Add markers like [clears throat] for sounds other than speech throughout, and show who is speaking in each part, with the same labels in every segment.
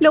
Speaker 1: Lo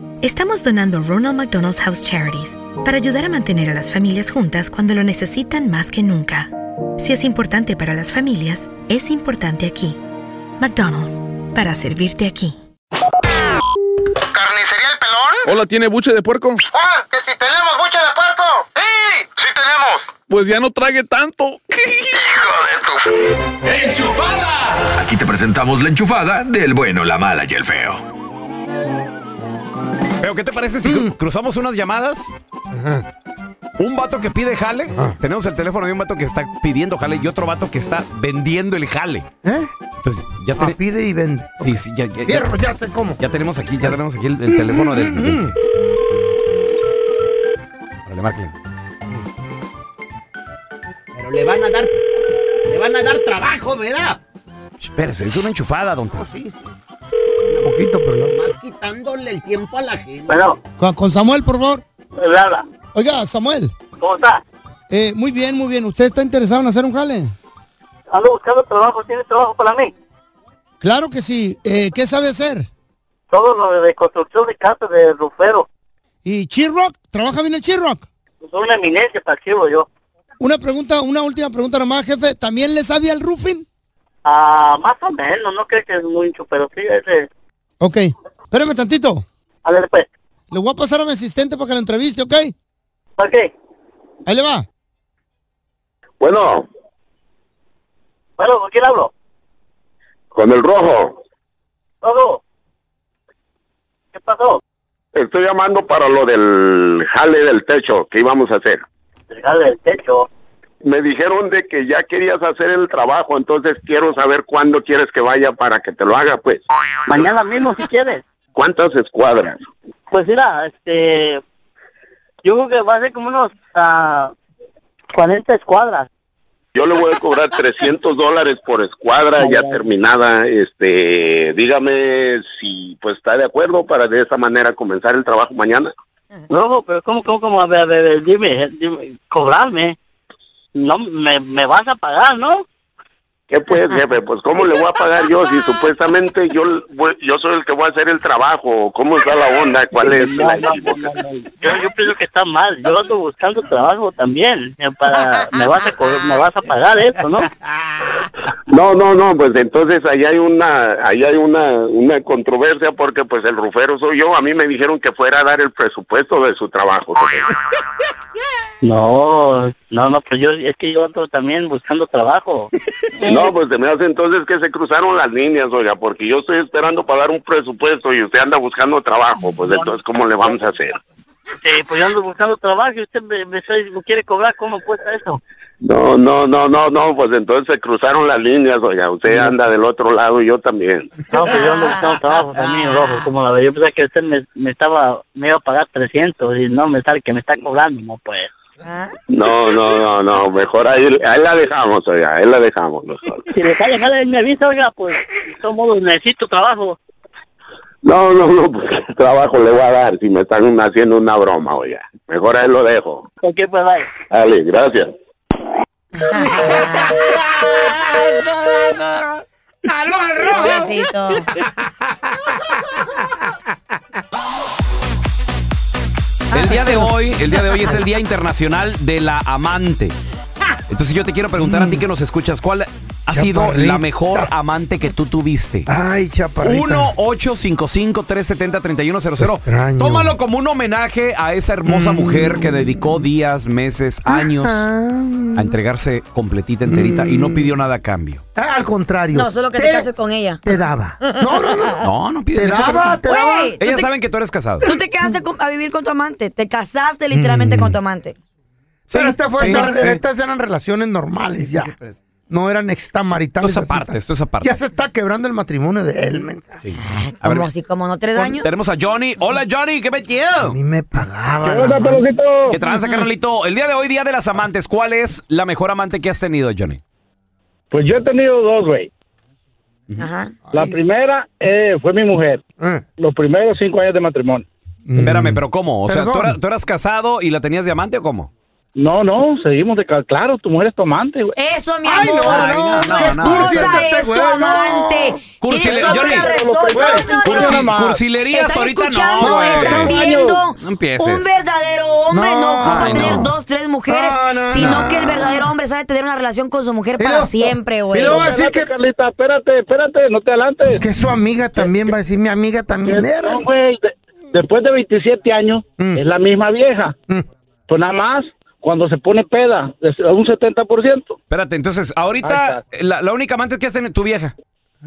Speaker 2: estamos donando Ronald McDonald's House Charities para ayudar a mantener a las familias juntas cuando lo necesitan más que nunca. Si es importante para las familias, es importante aquí. McDonald's, para servirte aquí.
Speaker 3: ¿Carnicería El Pelón?
Speaker 4: Hola, ¿tiene buche de puerco?
Speaker 3: ¡Ah, que si tenemos buche de puerco! ¡Sí! ¡Sí tenemos!
Speaker 4: Pues ya no trague tanto.
Speaker 3: ¡Hijo de tu...
Speaker 5: Aquí te presentamos la enchufada del bueno, la mala y el feo.
Speaker 6: Pero, ¿qué te parece si
Speaker 7: Mm.
Speaker 6: cru- cruzamos unas llamadas? Un vato que pide jale.
Speaker 7: Ah.
Speaker 6: Tenemos el teléfono de un vato que está pidiendo jale y otro vato que está vendiendo el jale.
Speaker 7: ¿Eh?
Speaker 6: Entonces, ya
Speaker 7: Ah,
Speaker 6: te-
Speaker 7: pide y vende.
Speaker 6: Sí, sí, ya, ya- ya-
Speaker 7: Fierro, ya sé cómo. Mm.
Speaker 6: ya tenemos aquí, ya tenemos aquí el, el teléfono del. del- Órale, márquenle.
Speaker 8: Pero le van a dar. Le van a dar trabajo, ¿verdad?
Speaker 6: Espérese, es una enchufada, don Tela.
Speaker 8: Sí, sí.
Speaker 7: Oh, Un poquito, pero no.
Speaker 8: Más quitándole el tiempo a la gente.
Speaker 3: Bueno,
Speaker 9: Con, con Samuel, por favor.
Speaker 3: le habla.
Speaker 9: Oiga, Samuel,
Speaker 3: ¿Cómo está?
Speaker 9: eh, muy bien, muy bien. ¿Usted está interesado en hacer un jale?
Speaker 3: Ando buscando trabajo. ¿Tiene trabajo para mí?
Speaker 9: Claro que sí. Eh, ¿Qué sabe hacer?
Speaker 3: Todo lo de construcción de casas de rufero.
Speaker 9: ¿Y Chirrock? ¿Trabaja bien el Chirrock?
Speaker 3: Soy una eminencia para chivo yo.
Speaker 9: Una pregunta, una última pregunta nomás, jefe. ¿También le sabe al roofing?
Speaker 3: Ah, más o menos. No creo que es mucho, pero sí es de...
Speaker 9: Ok, espérame tantito.
Speaker 3: A ver, pues.
Speaker 9: Le voy a pasar a mi asistente para que lo entreviste, ¿ok?
Speaker 3: ¿Para qué?
Speaker 9: Ahí le va.
Speaker 3: Bueno. Bueno, ¿con quién hablo? Con el rojo. Rojo. ¿Qué pasó?
Speaker 10: Estoy llamando para lo del jale del techo que íbamos a hacer.
Speaker 3: Regale el techo.
Speaker 10: Me dijeron de que ya querías hacer el trabajo, entonces quiero saber cuándo quieres que vaya para que te lo haga, pues.
Speaker 3: Mañana mismo si quieres.
Speaker 10: ¿Cuántas escuadras?
Speaker 3: Pues mira, este, yo creo que va a ser como unos ah, 40 escuadras.
Speaker 10: Yo le voy a
Speaker 3: [laughs]
Speaker 10: cobrar 300 dólares por escuadra ya terminada. Este, dígame si pues está de acuerdo para de esa manera comenzar el trabajo mañana.
Speaker 3: No, pero ¿cómo, cómo, cómo? A ver, a ver, a ver, dime, dime, cobrarme. No, me, me vas a pagar, ¿no?
Speaker 10: ¿Qué pues,
Speaker 3: [laughs]
Speaker 10: jefe? Pues cómo le voy a pagar yo si supuestamente yo l- voy- yo soy el que voy a hacer el trabajo. ¿Cómo está la onda? ¿Cuál es
Speaker 3: No,
Speaker 10: la
Speaker 3: no, no, no, no. Yo, yo pienso que está mal. Yo ando buscando trabajo también. eh, Para, me, vas a, co- me vas a pagar esto, ¿no?
Speaker 10: No, no, no, pues entonces ahí hay una, ahí hay una, una controversia porque pues el rufero soy yo, a mí me dijeron que fuera a dar el presupuesto de su trabajo.
Speaker 3: No, no, no, pues yo, es que yo ando también buscando trabajo.
Speaker 10: No, pues se me hace entonces que se cruzaron las líneas, oiga, porque yo estoy esperando para dar un presupuesto y usted anda buscando trabajo, pues entonces ¿cómo le vamos a hacer?
Speaker 3: Eh, pues yo ando buscando trabajo y usted me, me, está- me quiere cobrar. ¿Cómo cuesta eso?
Speaker 10: No, no, no, no, no, pues entonces se cruzaron las líneas, oiga, usted anda del otro lado y yo también.
Speaker 3: No, pues yo ando buscando trabajo también, rojo. Como la ve, yo pensaba que usted me, me estaba, me iba a pagar 300 y no me sale que me está cobrando, no, pues.
Speaker 10: No, no, no, no, mejor ahí, ahí la dejamos, oiga, ahí la dejamos nosotros.
Speaker 3: Si le sale, sale, me avisa, oiga, pues, de todos modos necesito trabajo.
Speaker 10: No, no, no, pues ¿qué trabajo le voy a dar si me están haciendo una broma, oiga. Mejor ahí lo dejo.
Speaker 3: ¿Por qué, pues, vaya?
Speaker 10: Dale, gracias.
Speaker 11: ¡Aló, al rojo!
Speaker 12: Pobrecito.
Speaker 7: Ah,
Speaker 6: El día de hoy, el día de hoy es el Día Internacional de la
Speaker 7: [laughs]
Speaker 6: Amante. Entonces yo te quiero preguntar a
Speaker 7: Mm.
Speaker 6: ti que nos escuchas, ¿cuál ha sido
Speaker 9: Chaparrita.
Speaker 6: la mejor amante que tú tuviste?
Speaker 9: Ay, chaparrita.
Speaker 6: 1-855-370-3100.
Speaker 9: Extraño.
Speaker 6: Tómalo como un homenaje a esa hermosa mujer que dedicó días, meses, años
Speaker 9: Ah.
Speaker 6: a entregarse completita, enterita y no pidió nada a cambio.
Speaker 9: Ah, Mm. Al contrario.
Speaker 12: No, solo que te, cases con ella.
Speaker 9: Te daba. No, no, no.
Speaker 6: No, no piden
Speaker 9: Te
Speaker 6: eso.
Speaker 9: daba, te
Speaker 12: Güey,
Speaker 9: daba.
Speaker 12: tú
Speaker 6: Ellas
Speaker 12: te-
Speaker 6: saben que tú eres casado.
Speaker 12: Tú te quedaste con- a vivir con tu amante. Te casaste
Speaker 9: Mm.
Speaker 12: literalmente con tu amante.
Speaker 9: Pero esta fue,
Speaker 6: sí,
Speaker 9: esta-
Speaker 6: sí.
Speaker 9: estas eran relaciones normales ya. No eran
Speaker 6: Esto
Speaker 9: extramaritales.
Speaker 6: es aparte, esto es aparte.
Speaker 9: Ya se está quebrando el matrimonio de él, men.
Speaker 6: Sí. A ver,
Speaker 12: Como así, como no tres años.
Speaker 6: tenemos a Johnny. Hola, Johnny, ¿qué metido?
Speaker 9: A mí me pagaba.
Speaker 13: ¿Qué onda,
Speaker 9: la madre.
Speaker 13: pelucito?
Speaker 6: ¿Qué tranza, carnalito? El día de hoy, Día de las Amantes, ¿cuál es la mejor amante que has tenido, Johnny?
Speaker 13: Pues yo he tenido dos, güey.
Speaker 12: Ajá.
Speaker 13: La primera eh, fue mi mujer.
Speaker 9: Eh,
Speaker 13: Los primeros cinco años de matrimonio.
Speaker 6: Espérame, ¿pero cómo? O sea,
Speaker 9: Mm. Perdón.
Speaker 6: ¿tú eras, tú eras casado y la tenías de amante o cómo?
Speaker 13: No, no, seguimos de... ca- Claro, tu mujer es tu amante, güey.
Speaker 12: Eso, mi
Speaker 9: Ay,
Speaker 12: amor.
Speaker 9: no, no,
Speaker 6: Ay, no,
Speaker 12: tu
Speaker 6: no, no.
Speaker 12: esposa
Speaker 9: Siéntate,
Speaker 12: es tu
Speaker 9: güey, no.
Speaker 12: amante.
Speaker 6: Cursi-
Speaker 12: Tienes toda
Speaker 6: Johnny,
Speaker 12: la razón. No,
Speaker 9: güey,
Speaker 12: no, no.
Speaker 6: Cursi-
Speaker 13: no.
Speaker 6: cursilerías
Speaker 12: Están
Speaker 6: ahorita
Speaker 12: escuchando,
Speaker 6: no, güey.
Speaker 12: están
Speaker 13: güey.
Speaker 12: viendo.
Speaker 6: No empieces.
Speaker 12: Un verdadero hombre no,
Speaker 9: No,
Speaker 12: ocupa
Speaker 6: ay,
Speaker 12: tener
Speaker 6: no.
Speaker 12: dos, tres mujeres,
Speaker 9: No, no,
Speaker 12: sino
Speaker 9: no.
Speaker 12: que el verdadero hombre sabe tener una relación con su mujer
Speaker 9: Y
Speaker 12: para
Speaker 9: luego-
Speaker 12: siempre,
Speaker 9: y
Speaker 12: güey.
Speaker 9: luego-
Speaker 13: Espérate,
Speaker 9: Así que-
Speaker 13: Carlita, espérate, espérate, no te adelantes.
Speaker 9: Que su amiga también va a decir, mi amiga también era.
Speaker 13: No, güey, de- después de 27 años,
Speaker 9: Mm.
Speaker 13: es la misma vieja.
Speaker 9: Mm.
Speaker 13: Pues nada más, cuando se pone peda, es un 70%.
Speaker 6: Espérate, entonces,
Speaker 13: Ahí
Speaker 6: ahorita la, la única amante que has tenido tu vieja.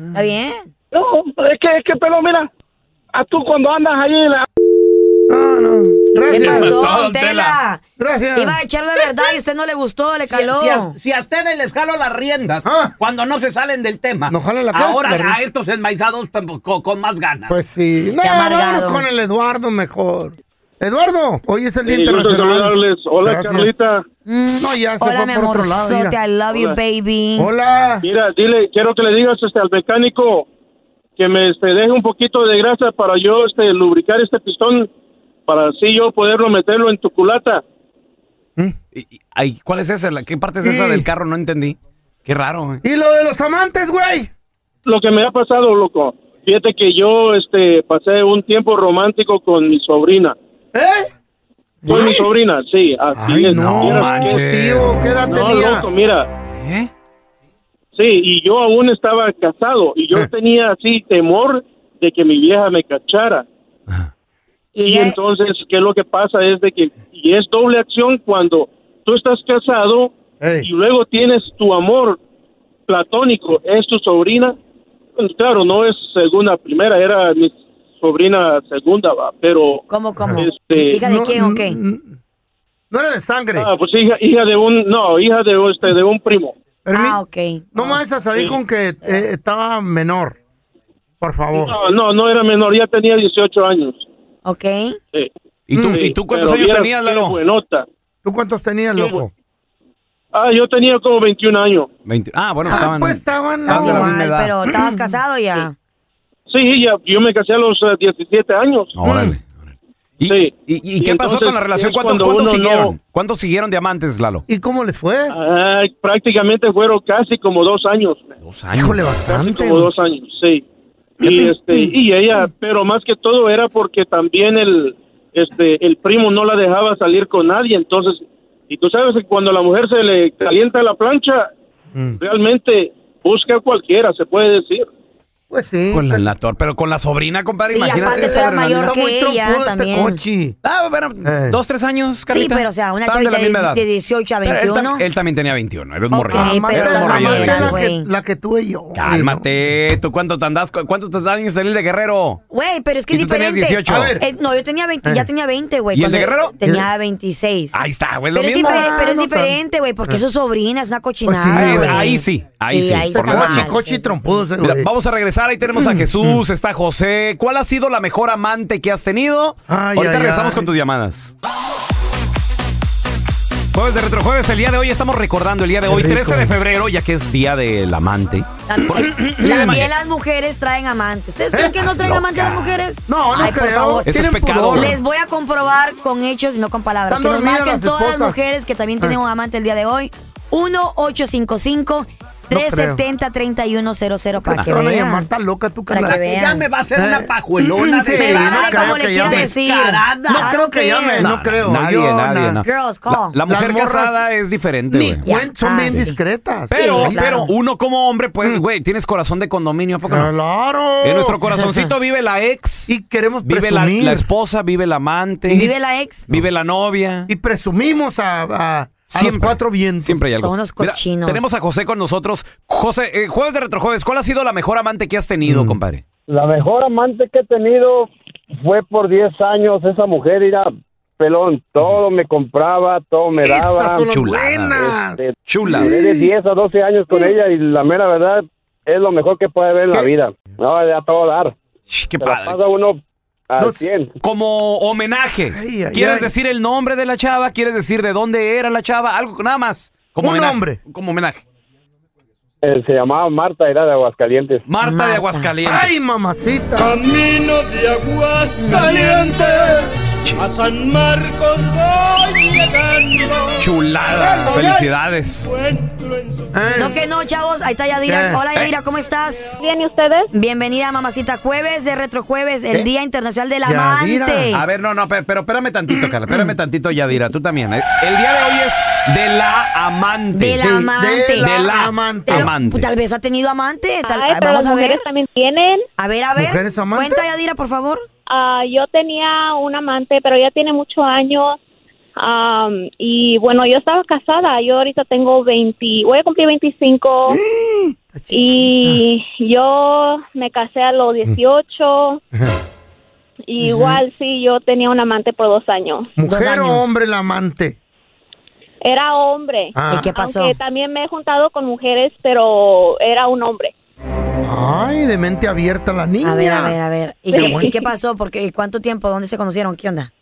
Speaker 12: Está bien.
Speaker 13: No, es que, es que, pero mira, a tú cuando andas ahí, la...
Speaker 9: No, no.
Speaker 12: ¿Qué
Speaker 9: Gracias.
Speaker 12: pasó,
Speaker 6: pasó,
Speaker 12: don
Speaker 6: Tela?
Speaker 12: Tela?
Speaker 9: Gracias.
Speaker 12: Iba a echar la verdad y a usted no le gustó, le
Speaker 11: Si,
Speaker 12: caló.
Speaker 11: si a, si a ustedes les jalo las riendas
Speaker 9: Ah.
Speaker 11: cuando no se salen del tema,
Speaker 9: ¿No jala la qué?
Speaker 11: ahora
Speaker 9: La rienda.
Speaker 11: a estos enmaizados pues, con, con más ganas.
Speaker 9: Pues sí. No,
Speaker 12: Qué amargado.
Speaker 9: vámonos con el Eduardo mejor. Eduardo, hoy es el Día Internacional.
Speaker 14: saludarles. Hola,
Speaker 9: Gracias.
Speaker 14: Carlita.
Speaker 12: Mm,
Speaker 9: No, ya se
Speaker 12: Hola,
Speaker 9: fue
Speaker 12: mi
Speaker 9: por
Speaker 12: amor.
Speaker 9: otro lado, mira.
Speaker 12: I love you,
Speaker 14: Hola.
Speaker 12: baby.
Speaker 9: Hola.
Speaker 14: Mira, dile, quiero que le digas este, al mecánico que me este, deje un poquito de grasa para yo este, lubricar este pistón, para así yo poderlo meterlo en tu culata.
Speaker 6: Y- y- ay, ¿Cuál es esa? ¿La- ¿Qué parte es esa
Speaker 9: Sí.
Speaker 6: del carro? No entendí. Qué raro, eh. güey.
Speaker 9: Y lo de los amantes, güey.
Speaker 14: Lo que me ha pasado, loco, fíjate que yo este, pasé un tiempo romántico con mi sobrina.
Speaker 9: ¿Eh?
Speaker 14: Con mi
Speaker 9: Ay.
Speaker 14: sobrina, sí, así
Speaker 9: Ay,
Speaker 14: es.
Speaker 9: no,
Speaker 14: Mira,
Speaker 6: manches.
Speaker 9: tío, ¿qué edad
Speaker 14: No,
Speaker 9: tenía?
Speaker 14: loco, mira,
Speaker 6: ¿Eh?
Speaker 14: sí, y yo aún estaba casado y yo
Speaker 9: Eh.
Speaker 14: tenía así temor de que mi vieja me cachara.
Speaker 9: Ah.
Speaker 14: Y
Speaker 12: ella-
Speaker 14: entonces, ¿qué es lo que pasa? Es de que y es doble acción cuando tú estás casado
Speaker 9: Ey.
Speaker 14: y luego tienes tu amor platónico, es tu sobrina. Pues, Claro, no es segunda, primera, era mi sobrina segunda, va, pero
Speaker 12: ¿Cómo, cómo?
Speaker 14: Este,
Speaker 12: ¿Hija de
Speaker 9: No,
Speaker 12: quién o
Speaker 9: n-
Speaker 12: qué?
Speaker 9: n- No era de sangre.
Speaker 14: ah, pues hija, hija de un, no, hija de este, de un primo.
Speaker 9: Permi-
Speaker 12: Ah, ok.
Speaker 9: No me vayas a salir
Speaker 14: Sí.
Speaker 9: con que eh, estaba menor. Por favor.
Speaker 14: No, no, no era menor, ya tenía 18 años.
Speaker 12: Ok.
Speaker 14: Sí,
Speaker 6: ¿Y tú,
Speaker 14: sí,
Speaker 6: ¿y tú cuántos
Speaker 14: pero
Speaker 6: años
Speaker 14: vieras
Speaker 6: tenías,
Speaker 14: qué
Speaker 6: Lalo?
Speaker 14: buenota.
Speaker 9: ¿Tú cuántos tenías,
Speaker 14: Sí,
Speaker 9: loco?
Speaker 14: Ah, yo tenía como 21 años.
Speaker 6: 20. Ah, bueno,
Speaker 9: Ah,
Speaker 6: estaban.
Speaker 9: pues estaban.
Speaker 6: estaban
Speaker 12: Casi
Speaker 6: de la
Speaker 9: no,
Speaker 6: misma
Speaker 12: igual,
Speaker 6: edad.
Speaker 12: pero estabas casado ya.
Speaker 14: Sí, ya, yo me casé a los eh, 17 años.
Speaker 6: Órale. órale. ¿Y,
Speaker 14: Sí.
Speaker 6: y- y
Speaker 14: Y
Speaker 6: qué pasó
Speaker 14: entonces
Speaker 6: con la relación?
Speaker 14: es
Speaker 6: ¿Cuántos,
Speaker 14: cuando
Speaker 6: cuántos
Speaker 14: uno no-
Speaker 6: siguieron? ¿Cuántos siguieron de amantes, Lalo?
Speaker 9: ¿Y cómo les fue?
Speaker 14: Ah, prácticamente fueron casi como dos años.
Speaker 6: Dos
Speaker 9: Híjole,
Speaker 14: Casi
Speaker 9: bastante.
Speaker 14: como dos años, sí. Y, este, y ella, pero más que todo era porque también el, este, el primo no la dejaba salir con nadie. Entonces, y tú sabes que cuando a la mujer se le calienta la plancha,
Speaker 9: Mm.
Speaker 14: realmente busca a cualquiera, se puede decir.
Speaker 9: Pues sí.
Speaker 6: Con la, la tor- pero con la sobrina, compadre,
Speaker 12: Sí,
Speaker 6: imagínate.
Speaker 12: aparte
Speaker 6: esa
Speaker 12: tú eras
Speaker 6: adrenalina.
Speaker 12: mayor
Speaker 9: Está muy
Speaker 12: que
Speaker 9: trompudo
Speaker 12: ella
Speaker 9: este
Speaker 12: también.
Speaker 9: cochi.
Speaker 6: Ah, bueno,
Speaker 9: Eh.
Speaker 6: dos, tres años, Carlita.
Speaker 12: pero, o sea, una
Speaker 6: Estaban de
Speaker 12: chavita
Speaker 6: la misma
Speaker 12: de-
Speaker 6: edad.
Speaker 12: de 18 a
Speaker 6: Pero él,
Speaker 12: 21.
Speaker 6: tam- él también eh, tenía 21, era un
Speaker 12: Ok,
Speaker 6: morrillo.
Speaker 12: pero
Speaker 6: Era un
Speaker 12: la
Speaker 6: morrillo de
Speaker 12: mamá
Speaker 9: amante
Speaker 12: era
Speaker 9: la
Speaker 6: 21.
Speaker 9: que,
Speaker 12: güey.
Speaker 9: la que tuve yo. güey, ¿no?
Speaker 6: Cálmate, ¿tú cuánto te andás? cu- ¿Cuánto te años salir de Guerrero?
Speaker 12: Güey, pero es que
Speaker 6: ¿Y
Speaker 12: es
Speaker 6: tú tenías
Speaker 12: diferente.
Speaker 6: 18?
Speaker 9: A ver.
Speaker 12: Eh, no, yo tenía 20,
Speaker 9: Eh.
Speaker 12: ya tenía 20, güey.
Speaker 6: ¿Y el de
Speaker 12: cuando-
Speaker 6: Guerrero?
Speaker 12: Tenía 26.
Speaker 6: Ahí está, güey, lo
Speaker 12: pero es,
Speaker 6: mismo.
Speaker 12: diferente, pero es
Speaker 9: Ah, no
Speaker 12: diferente, güey, porque es su sobrina, es una cochinada.
Speaker 9: Pues sí,
Speaker 12: güey.
Speaker 6: ahí sí, ahí sí, por
Speaker 9: Este
Speaker 6: lo
Speaker 12: está
Speaker 9: Cochi,
Speaker 12: mal.
Speaker 9: cochi, trompudo ese
Speaker 6: Mira,
Speaker 9: güey. Mm.
Speaker 6: vamos a regresar, ahí tenemos a Jesús, está José. ¿Cuál ha sido la mejor amante que has tenido?
Speaker 9: Ay,
Speaker 6: Ahorita
Speaker 9: ay,
Speaker 6: regresamos
Speaker 9: ay.
Speaker 6: con tus llamadas. Jueves de Retrojueves, el día de hoy estamos recordando el día de hoy,
Speaker 9: rico.
Speaker 6: 13 de febrero, ya que es día del amante.
Speaker 12: También, también las mujeres traen amantes. ¿Ustedes creen que no
Speaker 6: Estás
Speaker 12: traen
Speaker 6: loca.
Speaker 12: amantes las mujeres?
Speaker 9: ¿Eh? No, no
Speaker 12: Ay, por
Speaker 9: creo.
Speaker 12: favor.
Speaker 6: Eso es
Speaker 9: Tienen
Speaker 6: pecado.
Speaker 9: pudor.
Speaker 12: Les voy a comprobar con hechos y no con palabras.
Speaker 9: Están
Speaker 12: que nos
Speaker 9: dormidas
Speaker 12: marquen
Speaker 9: las
Speaker 12: todas las
Speaker 9: esposas.
Speaker 12: mujeres que también tienen
Speaker 9: Ah.
Speaker 12: un amante el día de hoy. 1-855-370-3100 para que
Speaker 9: Te van a
Speaker 12: vean.
Speaker 9: llamar tan loca tú,
Speaker 12: Para
Speaker 9: Carla.
Speaker 12: que vean. Ya me va a hacer una pajuelona
Speaker 9: sí,
Speaker 12: descarada, como
Speaker 9: creo
Speaker 12: le
Speaker 9: que
Speaker 12: quieran
Speaker 9: llame.
Speaker 12: decir.
Speaker 9: Descarada. No
Speaker 12: I
Speaker 9: creo
Speaker 12: don't
Speaker 9: que
Speaker 12: care.
Speaker 9: llame, no creo.
Speaker 6: Nadie,
Speaker 9: Yo,
Speaker 6: nadie,
Speaker 9: na-
Speaker 6: no.
Speaker 12: Girls, call.
Speaker 6: La, la mujer
Speaker 9: Las morras
Speaker 6: casada es diferente,
Speaker 9: Ni
Speaker 6: güey.
Speaker 9: cuen- son bien discretas.
Speaker 6: Pero,
Speaker 9: Sí, claro.
Speaker 6: pero uno como hombre, pues, güey, tienes corazón de condominio, ¿a poco no?
Speaker 9: Claro.
Speaker 6: En
Speaker 9: [laughs]
Speaker 6: nuestro corazoncito vive la ex.
Speaker 9: Y queremos
Speaker 6: Vive la,
Speaker 9: presumir.
Speaker 6: la esposa, vive la amante.
Speaker 12: Vive la ex.
Speaker 6: Vive la novia.
Speaker 9: Y presumimos a, a, a los cuatro vientos.
Speaker 6: Siempre hay algo.
Speaker 9: Son unos
Speaker 6: Mira,
Speaker 9: cochinos.
Speaker 6: tenemos a José con nosotros. José, eh, jueves de retrojueves, ¿cuál ha sido la mejor amante que has
Speaker 9: Mm.
Speaker 6: tenido, compadre?
Speaker 4: La mejor amante que he tenido fue por 10 años. Esa mujer era pelón. Todo me compraba, todo me
Speaker 6: Esas
Speaker 4: daba.
Speaker 6: son las buenas.
Speaker 4: Este,
Speaker 6: Chula.
Speaker 4: duré de 10 a 12 años con ella y la mera verdad es lo mejor que puede haber en la vida. No, a todo dar.
Speaker 6: Qué
Speaker 4: padre. pasa uno al 100.
Speaker 6: Como homenaje.
Speaker 4: ay,
Speaker 6: ¿Quieres
Speaker 4: ay.
Speaker 6: decir el nombre de la chava? ¿Quieres decir de dónde era la chava? Algo, nada más. Como
Speaker 4: Un
Speaker 6: homenaje.
Speaker 4: nombre.
Speaker 6: Como homenaje.
Speaker 4: Eh, se llamaba Marta, era de Aguascalientes.
Speaker 6: Marta, de Aguascalientes.
Speaker 9: Ay, mamacita.
Speaker 15: Camino de Aguascalientes a San Marcos voy llegando.
Speaker 6: Chulada.
Speaker 15: Ay, ay.
Speaker 6: Felicidades.
Speaker 12: No que no, chavos. Ahí está Yadira.
Speaker 6: ¿Qué?
Speaker 12: Hola, Yadira, ¿cómo estás? Bien, ¿y ustedes? Bienvenida, mamacita. Jueves de Retrojueves, el
Speaker 6: ¿Qué?
Speaker 12: Día Internacional del
Speaker 6: Yadira.
Speaker 12: Amante.
Speaker 6: A ver, no, no, pero, pero espérame tantito, Carla. Espérame tantito, Yadira. Tú también. El el día de hoy es de la amante.
Speaker 12: Del amante.
Speaker 6: De la, amante.
Speaker 12: Pues, Tal vez ha tenido amante. Tal,
Speaker 16: Ay, pero
Speaker 12: vamos
Speaker 16: las
Speaker 12: a ver.
Speaker 16: mujeres también tienen.
Speaker 12: A ver, a ver.
Speaker 16: ¿Mujeres amantes?
Speaker 12: Cuenta, Yadira, por favor.
Speaker 16: Ah, yo tenía un amante, pero ya tiene muchos años. Am, y bueno, yo estaba casada. Yo ahorita tengo 20, voy a
Speaker 12: [gasps]
Speaker 16: cumplir 25.
Speaker 12: Ah.
Speaker 16: y yo me casé a los 18. Y Igual sí, yo tenía un amante por dos años.
Speaker 9: Mujer o hombre la amante.
Speaker 16: Era hombre.
Speaker 9: Ah. ¿Y qué pasó?
Speaker 16: Aunque también me he juntado con mujeres, pero era un hombre.
Speaker 9: Ay, de mente abierta la niña.
Speaker 12: A ver, a ver, a ver. ¿Y,
Speaker 9: Qué
Speaker 12: qué,
Speaker 9: bueno.
Speaker 12: y qué pasó? Porque, ¿Cuánto tiempo? ¿Dónde se conocieron? ¿Qué onda?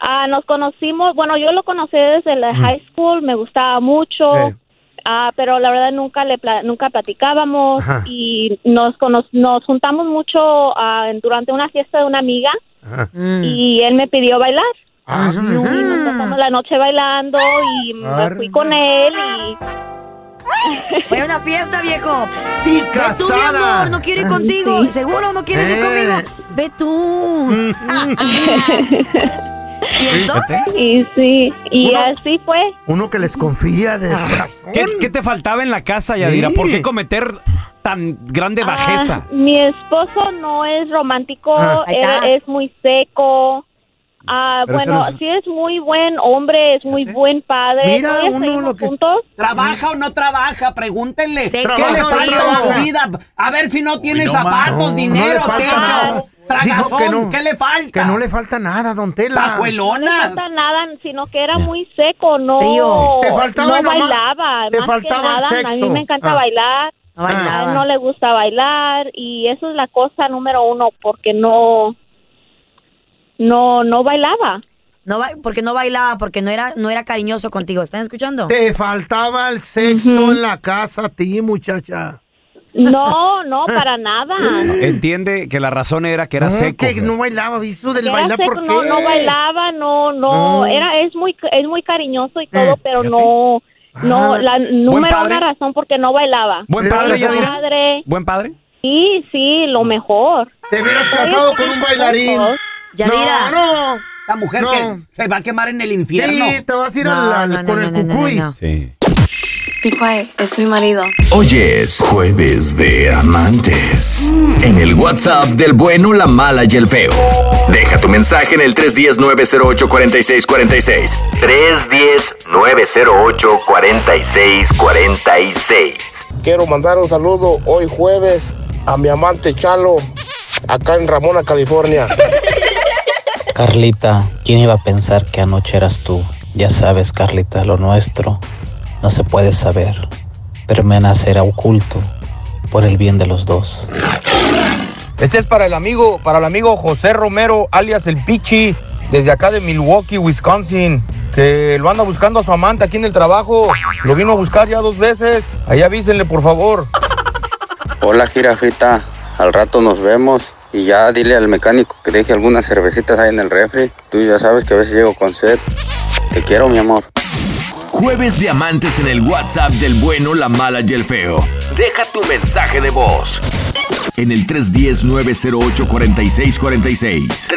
Speaker 16: Ah, nos conocimos, bueno, yo lo conocí desde la high school, me gustaba mucho, ah, pero la verdad nunca le pla- nunca platicábamos
Speaker 17: Ajá.
Speaker 16: y nos cono- nos juntamos mucho ah, durante una fiesta de una amiga
Speaker 12: Mm.
Speaker 16: y él me pidió bailar. Y nos pasamos la noche bailando y me fui con él y
Speaker 12: [laughs] Fue una fiesta, viejo.
Speaker 9: Y
Speaker 12: Ve tú, mi
Speaker 16: casada.
Speaker 12: amor, no quiero ir contigo.
Speaker 16: Sí.
Speaker 12: Seguro no quieres ir
Speaker 16: Eh.
Speaker 12: conmigo. Ve tú.
Speaker 6: [laughs]
Speaker 12: ¿Y entonces?
Speaker 16: y sí, y así fue.
Speaker 9: Uno que les confía de
Speaker 16: Ah,
Speaker 6: ¿Qué, qué te faltaba en la casa, Yadira? ¿Por qué cometer tan grande bajeza?
Speaker 16: Ah, mi esposo no es romántico,
Speaker 6: Ah. Ahí
Speaker 16: él
Speaker 6: está.
Speaker 16: es muy seco. Ah,
Speaker 6: Pero eso
Speaker 16: bueno,
Speaker 6: no es-
Speaker 16: sí es muy buen hombre, es muy buen padre.
Speaker 11: Mira,
Speaker 16: Todavía
Speaker 11: uno
Speaker 16: seguimos
Speaker 11: lo que-
Speaker 16: juntos.
Speaker 11: ¿Trabaja o no trabaja? Pregúntenle.
Speaker 16: Sí,
Speaker 11: ¿Qué
Speaker 16: trabaja,
Speaker 11: le falta a
Speaker 16: trabaja.
Speaker 11: su vida? A ver si no tiene
Speaker 9: no,
Speaker 11: zapatos,
Speaker 9: ma, no,
Speaker 11: dinero,
Speaker 9: no le falta nada.
Speaker 11: techo,
Speaker 9: Dijo
Speaker 11: tragazón.
Speaker 9: que no.
Speaker 11: ¿Qué le falta?
Speaker 9: Que no le falta nada, don Tela.
Speaker 16: No le falta nada, sino que era muy seco, no,
Speaker 9: Frío. Te faltaba
Speaker 16: no
Speaker 9: nomás-
Speaker 16: bailaba.
Speaker 9: te
Speaker 16: más que
Speaker 9: faltaba el
Speaker 16: nada, A mí
Speaker 9: sexo.
Speaker 16: me encanta
Speaker 9: Ah.
Speaker 16: bailar,
Speaker 9: No
Speaker 16: a
Speaker 9: bailaba.
Speaker 16: él no le gusta bailar y eso es la cosa número uno, porque no, no, no
Speaker 12: Ah.
Speaker 16: bailaba.
Speaker 12: No ba- porque no bailaba, porque no era, no era cariñoso contigo. ¿Están escuchando?
Speaker 9: Te faltaba el sexo en la casa a ti, muchacha.
Speaker 16: No, no,
Speaker 9: Ah.
Speaker 16: para nada.
Speaker 6: Entiende que la razón era que era seco.
Speaker 9: que
Speaker 6: güey.
Speaker 9: no bailaba, visto del
Speaker 16: Era
Speaker 9: bailar
Speaker 16: seco,
Speaker 9: por qué? Ah.
Speaker 16: no, no bailaba, no, no,
Speaker 9: No.
Speaker 16: era es muy es muy cariñoso y todo, pero
Speaker 9: fíjate.
Speaker 16: no no
Speaker 9: Ah.
Speaker 16: la
Speaker 9: ¿Buen
Speaker 16: número
Speaker 9: padre?
Speaker 16: una razón porque no bailaba.
Speaker 6: Buen padre,
Speaker 16: Buen
Speaker 6: Yadira.
Speaker 16: padre.
Speaker 6: ¿Buen padre?
Speaker 16: Sí, sí,
Speaker 9: Ah.
Speaker 16: lo mejor.
Speaker 9: Te hubieras
Speaker 11: casado con un bailarín.
Speaker 12: Yadira.
Speaker 9: No, no.
Speaker 11: La mujer
Speaker 9: No.
Speaker 11: que se va a quemar en el infierno.
Speaker 9: Sí, te vas a ir al- al- con el cucuy.
Speaker 18: Be quiet, es mi marido.
Speaker 5: Hoy es jueves de amantes. En el WhatsApp del bueno, la mala y el feo. Deja tu mensaje en el 310-908-4646. 310-908-4646.
Speaker 19: Quiero mandar un saludo hoy jueves a mi amante Chalo, acá en Ramona, California.
Speaker 20: Carlita, ¿quién iba a pensar que anoche eras tú? Ya sabes, Carlita, lo nuestro no se puede saber. Permanecerá oculto por el bien de los dos.
Speaker 2: Este es para el amigo, para el amigo José Romero, alias el Pichi, desde acá de Milwaukee, Wisconsin, que lo anda buscando a su amante aquí en el trabajo. Lo vino a buscar ya dos veces. Ahí avísenle, por favor.
Speaker 21: Hola jirafita, al rato nos vemos y ya dile al mecánico que deje algunas cervecitas ahí en el refri. Tú ya sabes que a veces llego con sed. Te quiero, mi amor.
Speaker 5: Jueves de amantes en el WhatsApp del bueno, la mala y el feo. Deja tu mensaje de voz en el 310-908-4646.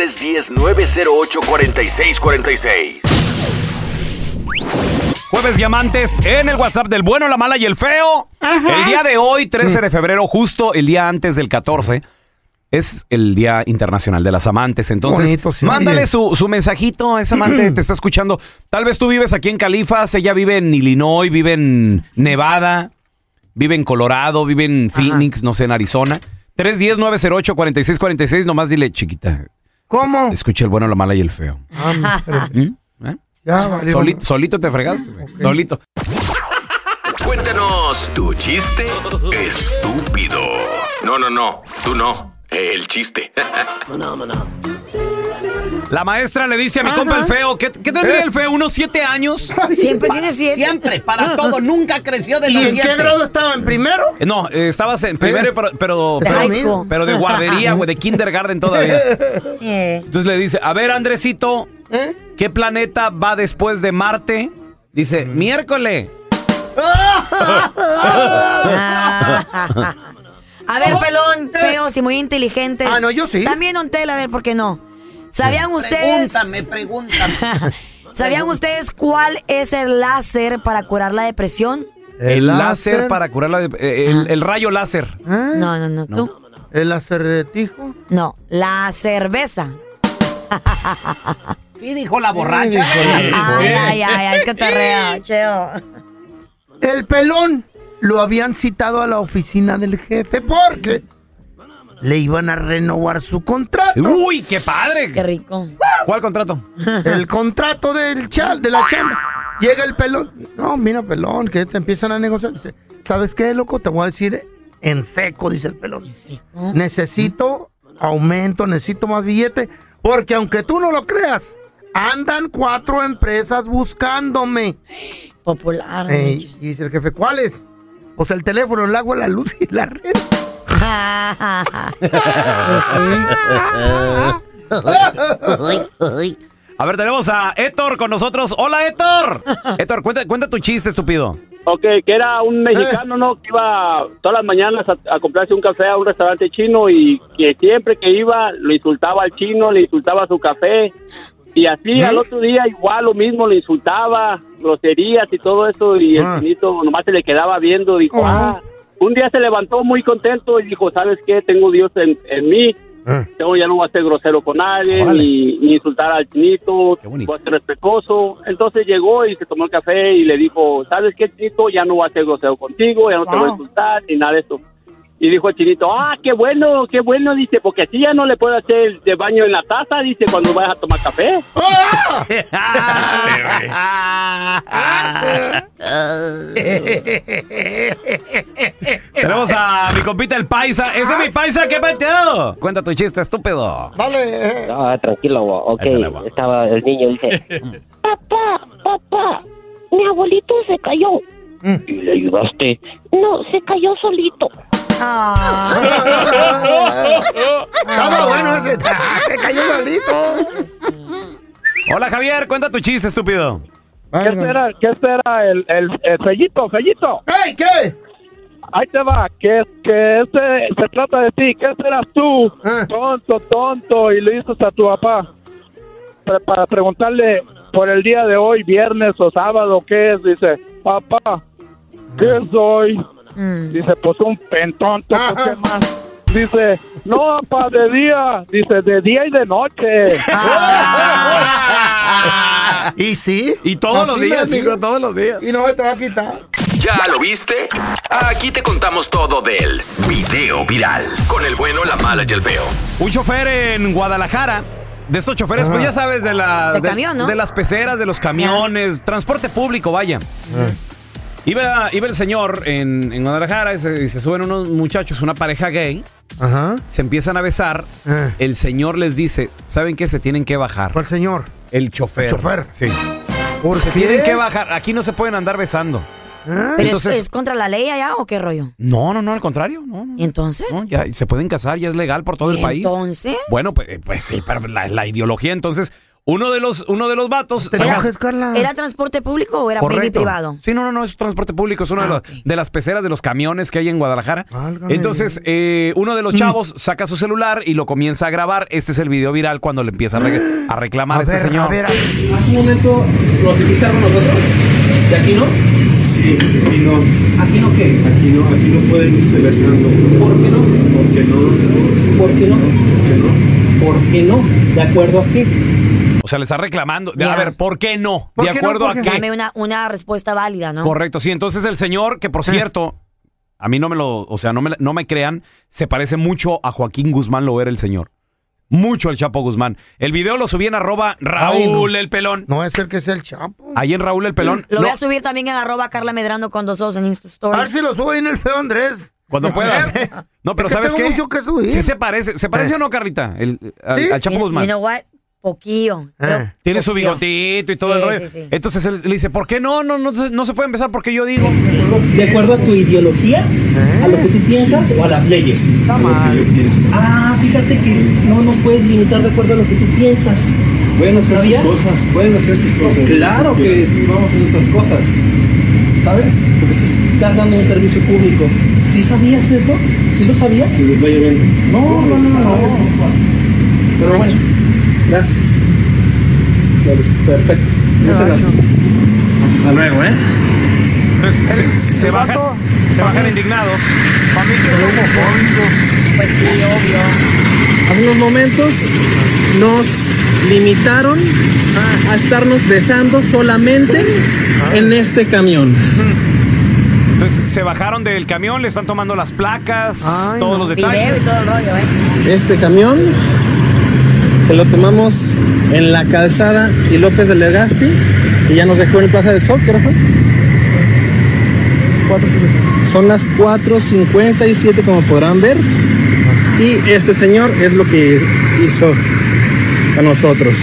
Speaker 5: 310-908-4646.
Speaker 6: Jueves Diamantes en el WhatsApp del bueno, la mala y el feo. El día de hoy,
Speaker 9: Mm.
Speaker 6: 13 de febrero, justo el día antes del 14, es el Día Internacional de las Amantes. Entonces,
Speaker 9: Bonito, sí,
Speaker 6: mándale
Speaker 9: oye.
Speaker 6: su, su mensajito a
Speaker 9: [clears throat]
Speaker 6: esa amante, te está escuchando. Tal vez tú vives aquí en Califas, ella vive en Illinois, vive en Nevada, vive en Colorado, vive en Phoenix, no sé, en Arizona. 310-908-4646, nomás dile, chiquita,
Speaker 9: ¿Cómo?
Speaker 6: escucha el bueno, la mala y el feo.
Speaker 9: Ah, pero-
Speaker 6: ¿Mm? ¿Eh?
Speaker 9: Ya,
Speaker 6: Sol-
Speaker 9: valió.
Speaker 6: solito, solito te fregaste, güey. Solito.
Speaker 5: Cuéntanos tu chiste estúpido. No, no, no. Tú no. El chiste. [laughs]
Speaker 6: La maestra le dice a mi compa el feo, ¿qué, qué
Speaker 9: ¿Eh?
Speaker 6: tendría el feo? ¿Unos siete años?
Speaker 12: Siempre
Speaker 6: Pa-
Speaker 12: tiene siete. Ah,
Speaker 8: Siempre, para todo, nunca creció de
Speaker 9: ¿Y
Speaker 8: los
Speaker 9: en qué
Speaker 8: siete.
Speaker 9: grado estaba? ¿En primero?
Speaker 6: Eh, No, eh, estabas en primero, pero, pero,
Speaker 9: De high
Speaker 6: pero,
Speaker 9: school.
Speaker 6: pero de guardería, güey, de
Speaker 9: [laughs]
Speaker 6: kindergarten todavía.
Speaker 12: Eh,
Speaker 6: Entonces le dice, a ver, Andresito,
Speaker 9: ¿Eh?
Speaker 6: ¿qué planeta va después de Marte?
Speaker 9: [laughs]
Speaker 6: Dice, miércoles.
Speaker 12: Ah. A ver, pelón, feo, si muy inteligente. Ah, no, yo sí. También Don Tel, a ver, ¿por qué no? ¿Sabían ustedes?
Speaker 8: Pregúntame, pregúntame.
Speaker 12: ¿Sabían ustedes cuál es el láser para curar la depresión?
Speaker 6: El láser, para curar la... dep- eh, El, el rayo láser.
Speaker 12: Ah. No, no, no, tú. [laughs]
Speaker 9: ¿El acertijo?
Speaker 12: No, la cerveza.
Speaker 8: ¿Qué dijo la borracha?
Speaker 12: Ay, ay, ay, ay, qué
Speaker 9: [laughs]
Speaker 12: terrea, cheo.
Speaker 9: El pelón lo habían citado a la oficina del jefe porque le iban a renovar su contrato.
Speaker 6: ¡Uy, qué padre!
Speaker 12: Qué rico.
Speaker 6: ¿Cuál contrato?
Speaker 9: El contrato del chal, de la chamba. Llega el pelón. No, mira, pelón, que te empiezan a negociar. Dice, ¿sabes qué, loco? Te voy a decir en seco, dice el pelón. Necesito aumento, necesito más billete. Porque aunque tú no lo creas, andan cuatro empresas buscándome.
Speaker 12: Popular.
Speaker 9: Ey, y dice el jefe, ¿cuáles? Pues el teléfono, el agua, la luz y la red.
Speaker 12: Pues
Speaker 6: A ver, tenemos a Héctor con nosotros. ¡Hola, Héctor! Héctor, cuenta, cuenta tu chiste, estúpido.
Speaker 22: Ok, que era un mexicano, ¿no? Que iba todas las mañanas a, a comprarse un café a un restaurante chino y que siempre que iba lo insultaba al chino, le insultaba su café. Y así
Speaker 4: ¿Eh?
Speaker 22: al otro día igual lo mismo, le insultaba, groserías y todo eso. Y el
Speaker 4: Ah.
Speaker 22: chinito nomás se le quedaba viendo, dijo, ah. Un día se levantó muy contento y dijo, ¿sabes qué? Tengo Dios en, en mí.
Speaker 2: Ah.
Speaker 22: Yo ya no voy a ser grosero con nadie,
Speaker 4: Órale.
Speaker 22: ni, ni insultar al chinito, voy a ser respetuoso. Entonces llegó y se tomó el café y le dijo, ¿sabes qué, chinito? Ya no voy a ser grosero contigo, ya no te voy a insultar, ni nada de eso. Y dijo el chinito, ah, qué bueno, qué bueno, dice, porque así ya no le puedo hacer de baño en la taza, dice, cuando vayas a tomar café.
Speaker 11: Ah.
Speaker 6: Tenemos a mi compita el paisa. ¡Ese es mi paisa! ¡Qué pateado! Cuenta tu chiste, estúpido.
Speaker 9: Vale. eh.
Speaker 23: No, tranquilo, bo. ok.
Speaker 6: Échale, bo.
Speaker 23: Estaba el niño, dice,
Speaker 6: [laughs]
Speaker 16: Papá, papá, mi abuelito se cayó.
Speaker 23: ¿y le ayudaste?
Speaker 16: No, se cayó solito.
Speaker 8: Ah. [laughs]
Speaker 9: Estaba [laughs] bueno ese. Se cayó solito.
Speaker 6: Hola, Javier. Cuenta tu chiste, estúpido.
Speaker 4: ¿Qué espera, qué espera el, el, el fellito, fellito?
Speaker 9: ¡Ey, qué!
Speaker 4: Ahí te va, que, que este se trata de ti. ¿Qué esperas tú,
Speaker 9: Ah.
Speaker 4: tonto, tonto, y le dices a tu papá? Pre- para preguntarle por el día de hoy, viernes o sábado, ¿qué es? Dice, papá,
Speaker 9: Mm.
Speaker 4: ¿qué soy? Dice, pues un pentonto, pues, ¿qué más? Dice, no, papá, de día. Dice, de día y de noche.
Speaker 9: [laughs] ¿Y sí?
Speaker 6: Y todos los días, hijo,
Speaker 9: todos los días. Y no se te va a quitar.
Speaker 5: ¿Ya lo viste? Aquí te contamos todo del video viral. Con el bueno, la mala y el feo.
Speaker 6: Un chofer en Guadalajara. De estos choferes, pues ya sabes, de, la,
Speaker 5: De camión, ¿no?
Speaker 6: de las peceras, de los camiones, transporte público, vaya. Iba, iba el señor en, en Guadalajara y se, y se suben unos muchachos, una pareja gay,
Speaker 9: Ajá. Eh.
Speaker 6: se empiezan a besar, el señor les dice, ¿saben qué? Se tienen que bajar. ¿Cuál
Speaker 9: señor?
Speaker 6: El chofer.
Speaker 9: El chofer.
Speaker 6: Sí.
Speaker 9: ¿Por qué?
Speaker 6: se
Speaker 9: Ah.
Speaker 6: tienen que bajar, aquí no se pueden andar besando.
Speaker 12: ¿Pero
Speaker 6: Entonces-
Speaker 12: es, es contra la ley allá o qué rollo?
Speaker 6: No, no, no, al contrario. No,
Speaker 12: ¿Y entonces?
Speaker 6: Ya, y se pueden casar, ya es legal por todo
Speaker 12: ¿Y
Speaker 6: el país.
Speaker 12: entonces?
Speaker 6: Bueno, pues, eh, pues sí, pero la, la ideología entonces Uno de los, uno de los vatos. se gas-
Speaker 12: ¿Era transporte público o era pri-
Speaker 6: Correcto.
Speaker 12: privado? Ah,
Speaker 6: Sí, no, no, no, es transporte público, es una de, la- de las peceras de los camiones que hay en Guadalajara. Entonces, eh, uno de los chavos saca su celular y lo comienza a grabar. Este es el video viral cuando le empieza a, re- a reclamar a este señor.
Speaker 11: Hace un momento lo utilizaron nosotros. ¿De aquí no? Sí, aquí no. ¿Aquí no qué? Aquí no, aquí no pueden irse besando. ¿Por qué no? Porque no. ¿Por qué no? ¿Por qué no? ¿De acuerdo a qué?
Speaker 6: O sea, le está reclamando. De- A ver, ¿por qué no?
Speaker 12: ¿Por
Speaker 6: ¿De
Speaker 12: qué no?
Speaker 6: acuerdo
Speaker 12: Porque
Speaker 6: a qué?
Speaker 12: Dame una, una respuesta válida, ¿no?
Speaker 6: Correcto, sí. Entonces el señor, que por cierto, a mí no me lo, o sea, no me, no me crean, se parece mucho a Joaquín Guzmán lo era el señor. Mucho al Chapo Guzmán. El video lo subí en arroba Raúl el pelón.
Speaker 9: No es el que sea el Chapo.
Speaker 6: Ahí en Raúl el pelón.
Speaker 12: Lo
Speaker 6: No,
Speaker 12: voy a subir también en arroba Carla Medrano con dos ojos en Insta Story.
Speaker 9: A ver si lo subo ahí en el feo Andrés. ¿Eh?
Speaker 6: Cuando puedas. No, pero
Speaker 9: Es que
Speaker 6: ¿sabes
Speaker 9: tengo
Speaker 6: qué?
Speaker 9: mucho que subir. Eh.
Speaker 6: Sí se parece. ¿Se parece o no, Carlita? El- al, al Chapo
Speaker 12: You-
Speaker 6: Guzmán.
Speaker 12: You know what? Poquillo.
Speaker 6: Eh. Tiene su bigotito y todo
Speaker 12: Sí,
Speaker 6: el rollo.
Speaker 12: sí, sí.
Speaker 6: Entonces él le dice, ¿por qué no? No, no, se- no se puede empezar porque yo digo.
Speaker 11: ¿De acuerdo a tu ideología? ¿A lo que
Speaker 6: ¿Eh?
Speaker 11: tú piensas o a las leyes? Está mal. Ah, fíjate que no nos puedes limitar de acuerdo a lo que tú piensas.
Speaker 24: Pueden hacer sus
Speaker 11: ¿Sabías?
Speaker 24: cosas, pueden hacer sus cosas.
Speaker 11: Pues Claro que vamos a nuestras cosas, ¿sabes? Porque estás dando un servicio público. ¿Sí sabías eso? ¿Sí lo sabías? No, no, no, no, no. Pero bueno, gracias. Perfecto. Muchas gracias. Hasta luego, ¿eh?
Speaker 6: Pues, Se, se bajan, se bajan indignados.
Speaker 11: Pues sí, obvio. Hace unos momentos nos limitaron a estarnos besando solamente
Speaker 9: Ah.
Speaker 11: en este camión.
Speaker 6: Entonces se bajaron del camión, le están tomando las placas, todos los detalles.
Speaker 11: Este camión que lo tomamos en la calzada y López de Legazpi y ya nos dejó en Plaza del Sol, ¿qué hora son? Son las 4.57 como podrán ver y este señor es lo que hizo a nosotros.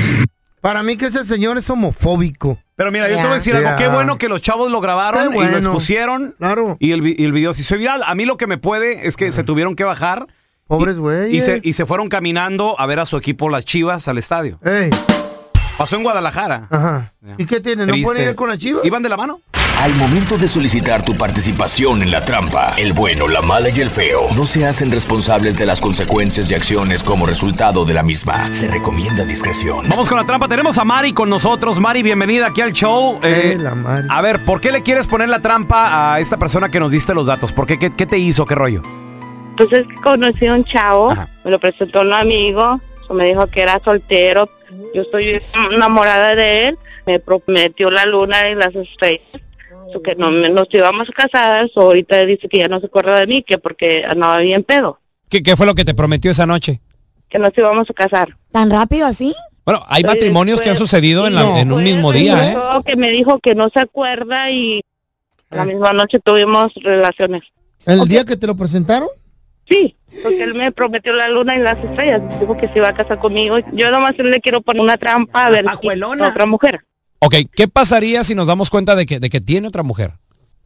Speaker 9: Para mí que ese señor es homofóbico.
Speaker 6: Pero mira, yo te voy a decir
Speaker 9: Ya.
Speaker 6: algo. Qué bueno que los chavos lo grabaron
Speaker 9: Está
Speaker 6: y lo
Speaker 9: bueno.
Speaker 6: expusieron.
Speaker 9: Claro.
Speaker 6: Y el, vi- y el video se hizo viral. A mí lo que me puede es que se tuvieron que bajar.
Speaker 9: Pobres güeyes.
Speaker 6: Y se, y se fueron caminando a ver a su equipo, las chivas, al estadio.
Speaker 9: Ey.
Speaker 6: Pasó en Guadalajara. [laughs]
Speaker 9: Ajá. ¿Y qué tiene? ¿No
Speaker 6: Triste.
Speaker 9: pueden ir con la chiva?
Speaker 6: ¿Iban de la mano?
Speaker 5: Al momento de solicitar tu participación en la trampa, el bueno, la mala y el feo no se hacen responsables de las consecuencias y acciones como resultado de la misma. Se recomienda discreción.
Speaker 6: Vamos con la trampa. Tenemos a Mari con nosotros. Mari, bienvenida aquí al show. Eh, a ver, ¿por qué le quieres poner la trampa a esta persona que nos diste los datos? ¿Por qué? ¿Qué, qué te hizo? ¿Qué rollo?
Speaker 25: Entonces conocí a un chavo, me lo presentó un amigo, me dijo que era soltero, yo estoy enamorada de él, me prometió la luna y las estrellas, so que no, nos íbamos casadas, ahorita dice que ya no se acuerda de mí, que porque andaba bien pedo,
Speaker 8: ¿Qué, qué fue lo que te prometió esa noche?
Speaker 25: que nos íbamos a casar.
Speaker 12: ¿Tan rápido así?
Speaker 8: Bueno, hay matrimonios
Speaker 25: pues,
Speaker 8: que han sucedido en, la- en un mismo día, ¿eh?
Speaker 25: Luego que me dijo que no se acuerda y la misma noche tuvimos relaciones.
Speaker 9: Eh. ¿El día que te lo presentaron?
Speaker 25: Sí, porque él me prometió la luna y las estrellas. Dijo que se iba a casar conmigo. Yo nomás le quiero poner una trampa a ver si otra mujer.
Speaker 8: Ok, ¿qué pasaría si nos damos cuenta de que, de que tiene otra mujer?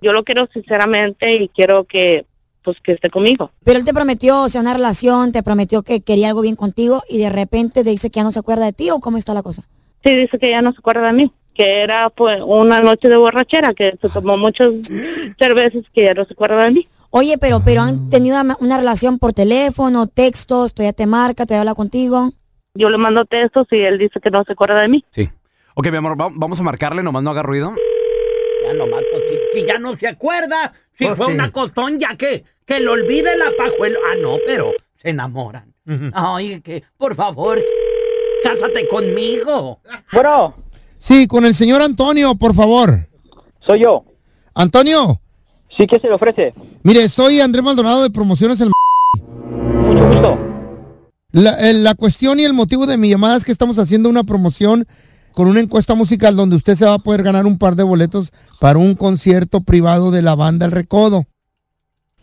Speaker 25: Yo lo quiero sinceramente y quiero que pues que esté conmigo.
Speaker 12: Pero él te prometió, o sea, una relación, te prometió que quería algo bien contigo y de repente te dice que ya no se acuerda de ti o cómo está la cosa.
Speaker 25: Sí, dice que ya no se acuerda de mí, que era pues una noche de borrachera, que se tomó
Speaker 9: [gasps]
Speaker 25: muchas cervezas, que ya no se acuerda de mí.
Speaker 12: Oye, pero, pero han tenido una, una relación por teléfono, textos, todavía te marca, todavía habla contigo.
Speaker 25: Yo le mando textos y él dice que no se acuerda de mí.
Speaker 6: Sí. Ok, mi amor, va- vamos a marcarle, nomás no haga ruido.
Speaker 11: Ya nomás, pues, si, si ya no se acuerda, si
Speaker 6: Pues
Speaker 11: fue
Speaker 6: sí.
Speaker 11: una cotón, ya que, que lo olvide la pajuelo. Ah, no, pero se enamoran.
Speaker 9: Mm.
Speaker 11: Ay, que, por favor, cásate conmigo.
Speaker 9: Bueno. Sí, con el señor Antonio, por favor.
Speaker 26: Soy yo.
Speaker 9: Antonio.
Speaker 26: Sí, ¿qué se le ofrece?
Speaker 9: Mire, soy Andrés Maldonado de Promociones El Mucho La, eh, la cuestión y el motivo de mi llamada es que estamos haciendo una promoción con una encuesta musical donde usted se va a poder ganar un par de boletos para un concierto privado de la banda El Recodo.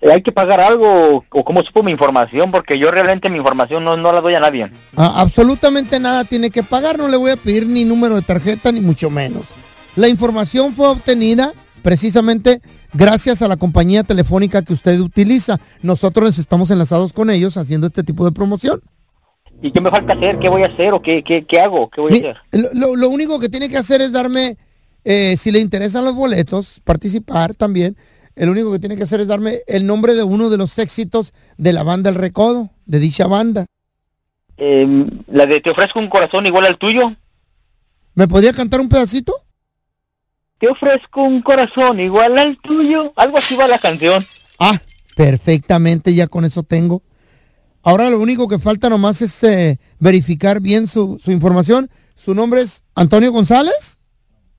Speaker 26: Eh, ¿Hay que pagar algo o cómo supo mi información? Porque yo realmente mi información no, no la doy a nadie.
Speaker 9: A- absolutamente nada tiene que pagar, no le voy a pedir ni número de tarjeta ni mucho menos. La información fue obtenida precisamente gracias a la compañía telefónica que usted utiliza. Nosotros estamos enlazados con ellos haciendo este tipo de promoción.
Speaker 26: ¿Y qué me falta hacer? ¿Qué voy a hacer o qué, qué, qué hago? ¿Qué voy a
Speaker 9: Mi-
Speaker 26: hacer?
Speaker 9: lo, lo- lo único que tiene que hacer es darme, eh, si le interesan los boletos, participar también. El único que tiene que hacer es darme el nombre de uno de los éxitos de la banda El Recodo, de dicha banda.
Speaker 26: Eh, la de te ofrezco un corazón igual al tuyo.
Speaker 9: ¿Me podría cantar un pedacito?
Speaker 26: Te ofrezco un corazón igual al tuyo. Algo así va la canción.
Speaker 9: Ah, perfectamente, ya con eso tengo. Ahora lo único que falta nomás es eh, verificar bien su, su información. Su nombre es Antonio González.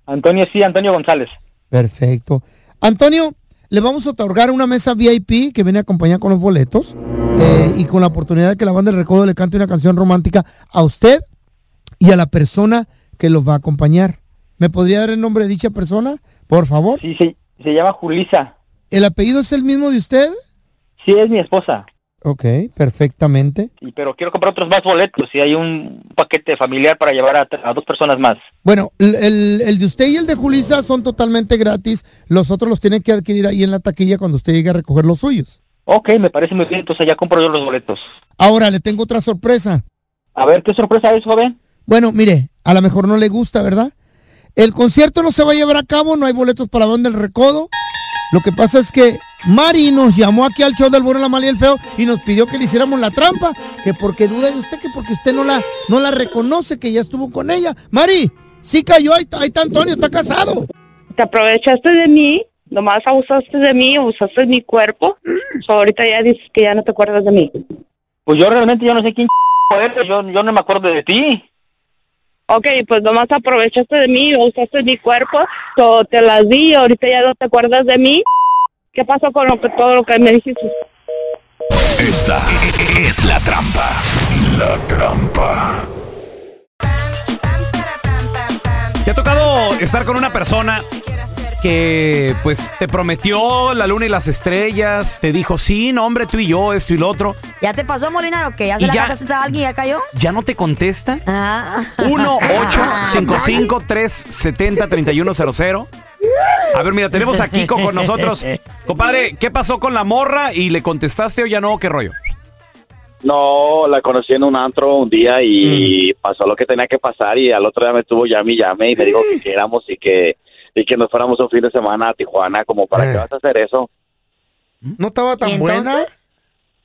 Speaker 26: Antonio, sí, Antonio González.
Speaker 9: Perfecto. Antonio, le vamos a otorgar una mesa VIP que viene acompañada con los boletos eh, y con la oportunidad de que la banda del recodo le cante una canción romántica a usted y a la persona que los va a acompañar. ¿Me podría dar el nombre de dicha persona, por favor?
Speaker 26: Sí, sí. Se llama Julisa.
Speaker 9: ¿El apellido es el mismo de usted?
Speaker 26: Sí, es mi esposa.
Speaker 9: Ok, perfectamente.
Speaker 26: Y- Pero quiero comprar otros más boletos. Y hay un paquete familiar para llevar a, a dos personas más.
Speaker 9: Bueno, el, el- el de usted y el de Julisa son totalmente gratis. Los otros los tiene que adquirir ahí en la taquilla cuando usted llegue a recoger los suyos.
Speaker 26: Ok, me parece muy bien. Entonces ya compro yo los boletos.
Speaker 9: Ahora le tengo otra sorpresa.
Speaker 26: A ver, ¿qué sorpresa es, joven?
Speaker 9: Bueno, mire, a lo mejor no le gusta, ¿verdad? El concierto no se va a llevar a cabo, no hay boletos para la banda del recodo. Lo que pasa es que Mari nos llamó aquí al show del bueno, la mala y el feo y nos pidió que le hiciéramos la trampa, que porque duda de usted, que porque usted no la, no la reconoce, que ya estuvo con ella. Mari, sí cayó, ahí está, ahí está Antonio, está casado.
Speaker 25: Te aprovechaste de mí, nomás abusaste de mí, abusaste de mi cuerpo. So, ahorita ya dices que ya no te acuerdas de mí.
Speaker 26: Mm. Pues yo realmente yo no sé quién [laughs] eres. Yo, yo no me acuerdo de ti.
Speaker 25: Ok, pues nomás aprovechaste de mí, usaste mi cuerpo, so, te las di, ahorita ya no te acuerdas de mí. ¿Qué pasó con lo que, todo lo que me dijiste?
Speaker 5: Esta es la trampa. La trampa.
Speaker 6: ¿Te ha tocado estar con una persona que pues te prometió la luna y las estrellas? Te dijo, sí, no, hombre, tú y yo, esto y lo otro.
Speaker 12: ¿Ya te pasó, Molinar, o qué? ¿Ya
Speaker 6: Y
Speaker 12: se la
Speaker 6: ya-
Speaker 12: cantaste a alguien y ya cayó?
Speaker 6: ¿Ya no te contesta?
Speaker 12: Ah. [laughs]
Speaker 6: 1 855 370 3100 A ver, mira, tenemos a Kiko con nosotros. Compadre, ¿qué pasó con la morra? ¿Y le contestaste o ya no? ¿Qué rollo?
Speaker 27: No, la conocí en un antro un día y pasó lo que tenía que pasar y al otro día me estuvo llame y llame y me dijo que queramos y que y que nos fuéramos un fin de semana a Tijuana, como para qué vas a hacer eso.
Speaker 28: ¿No estaba tan buena?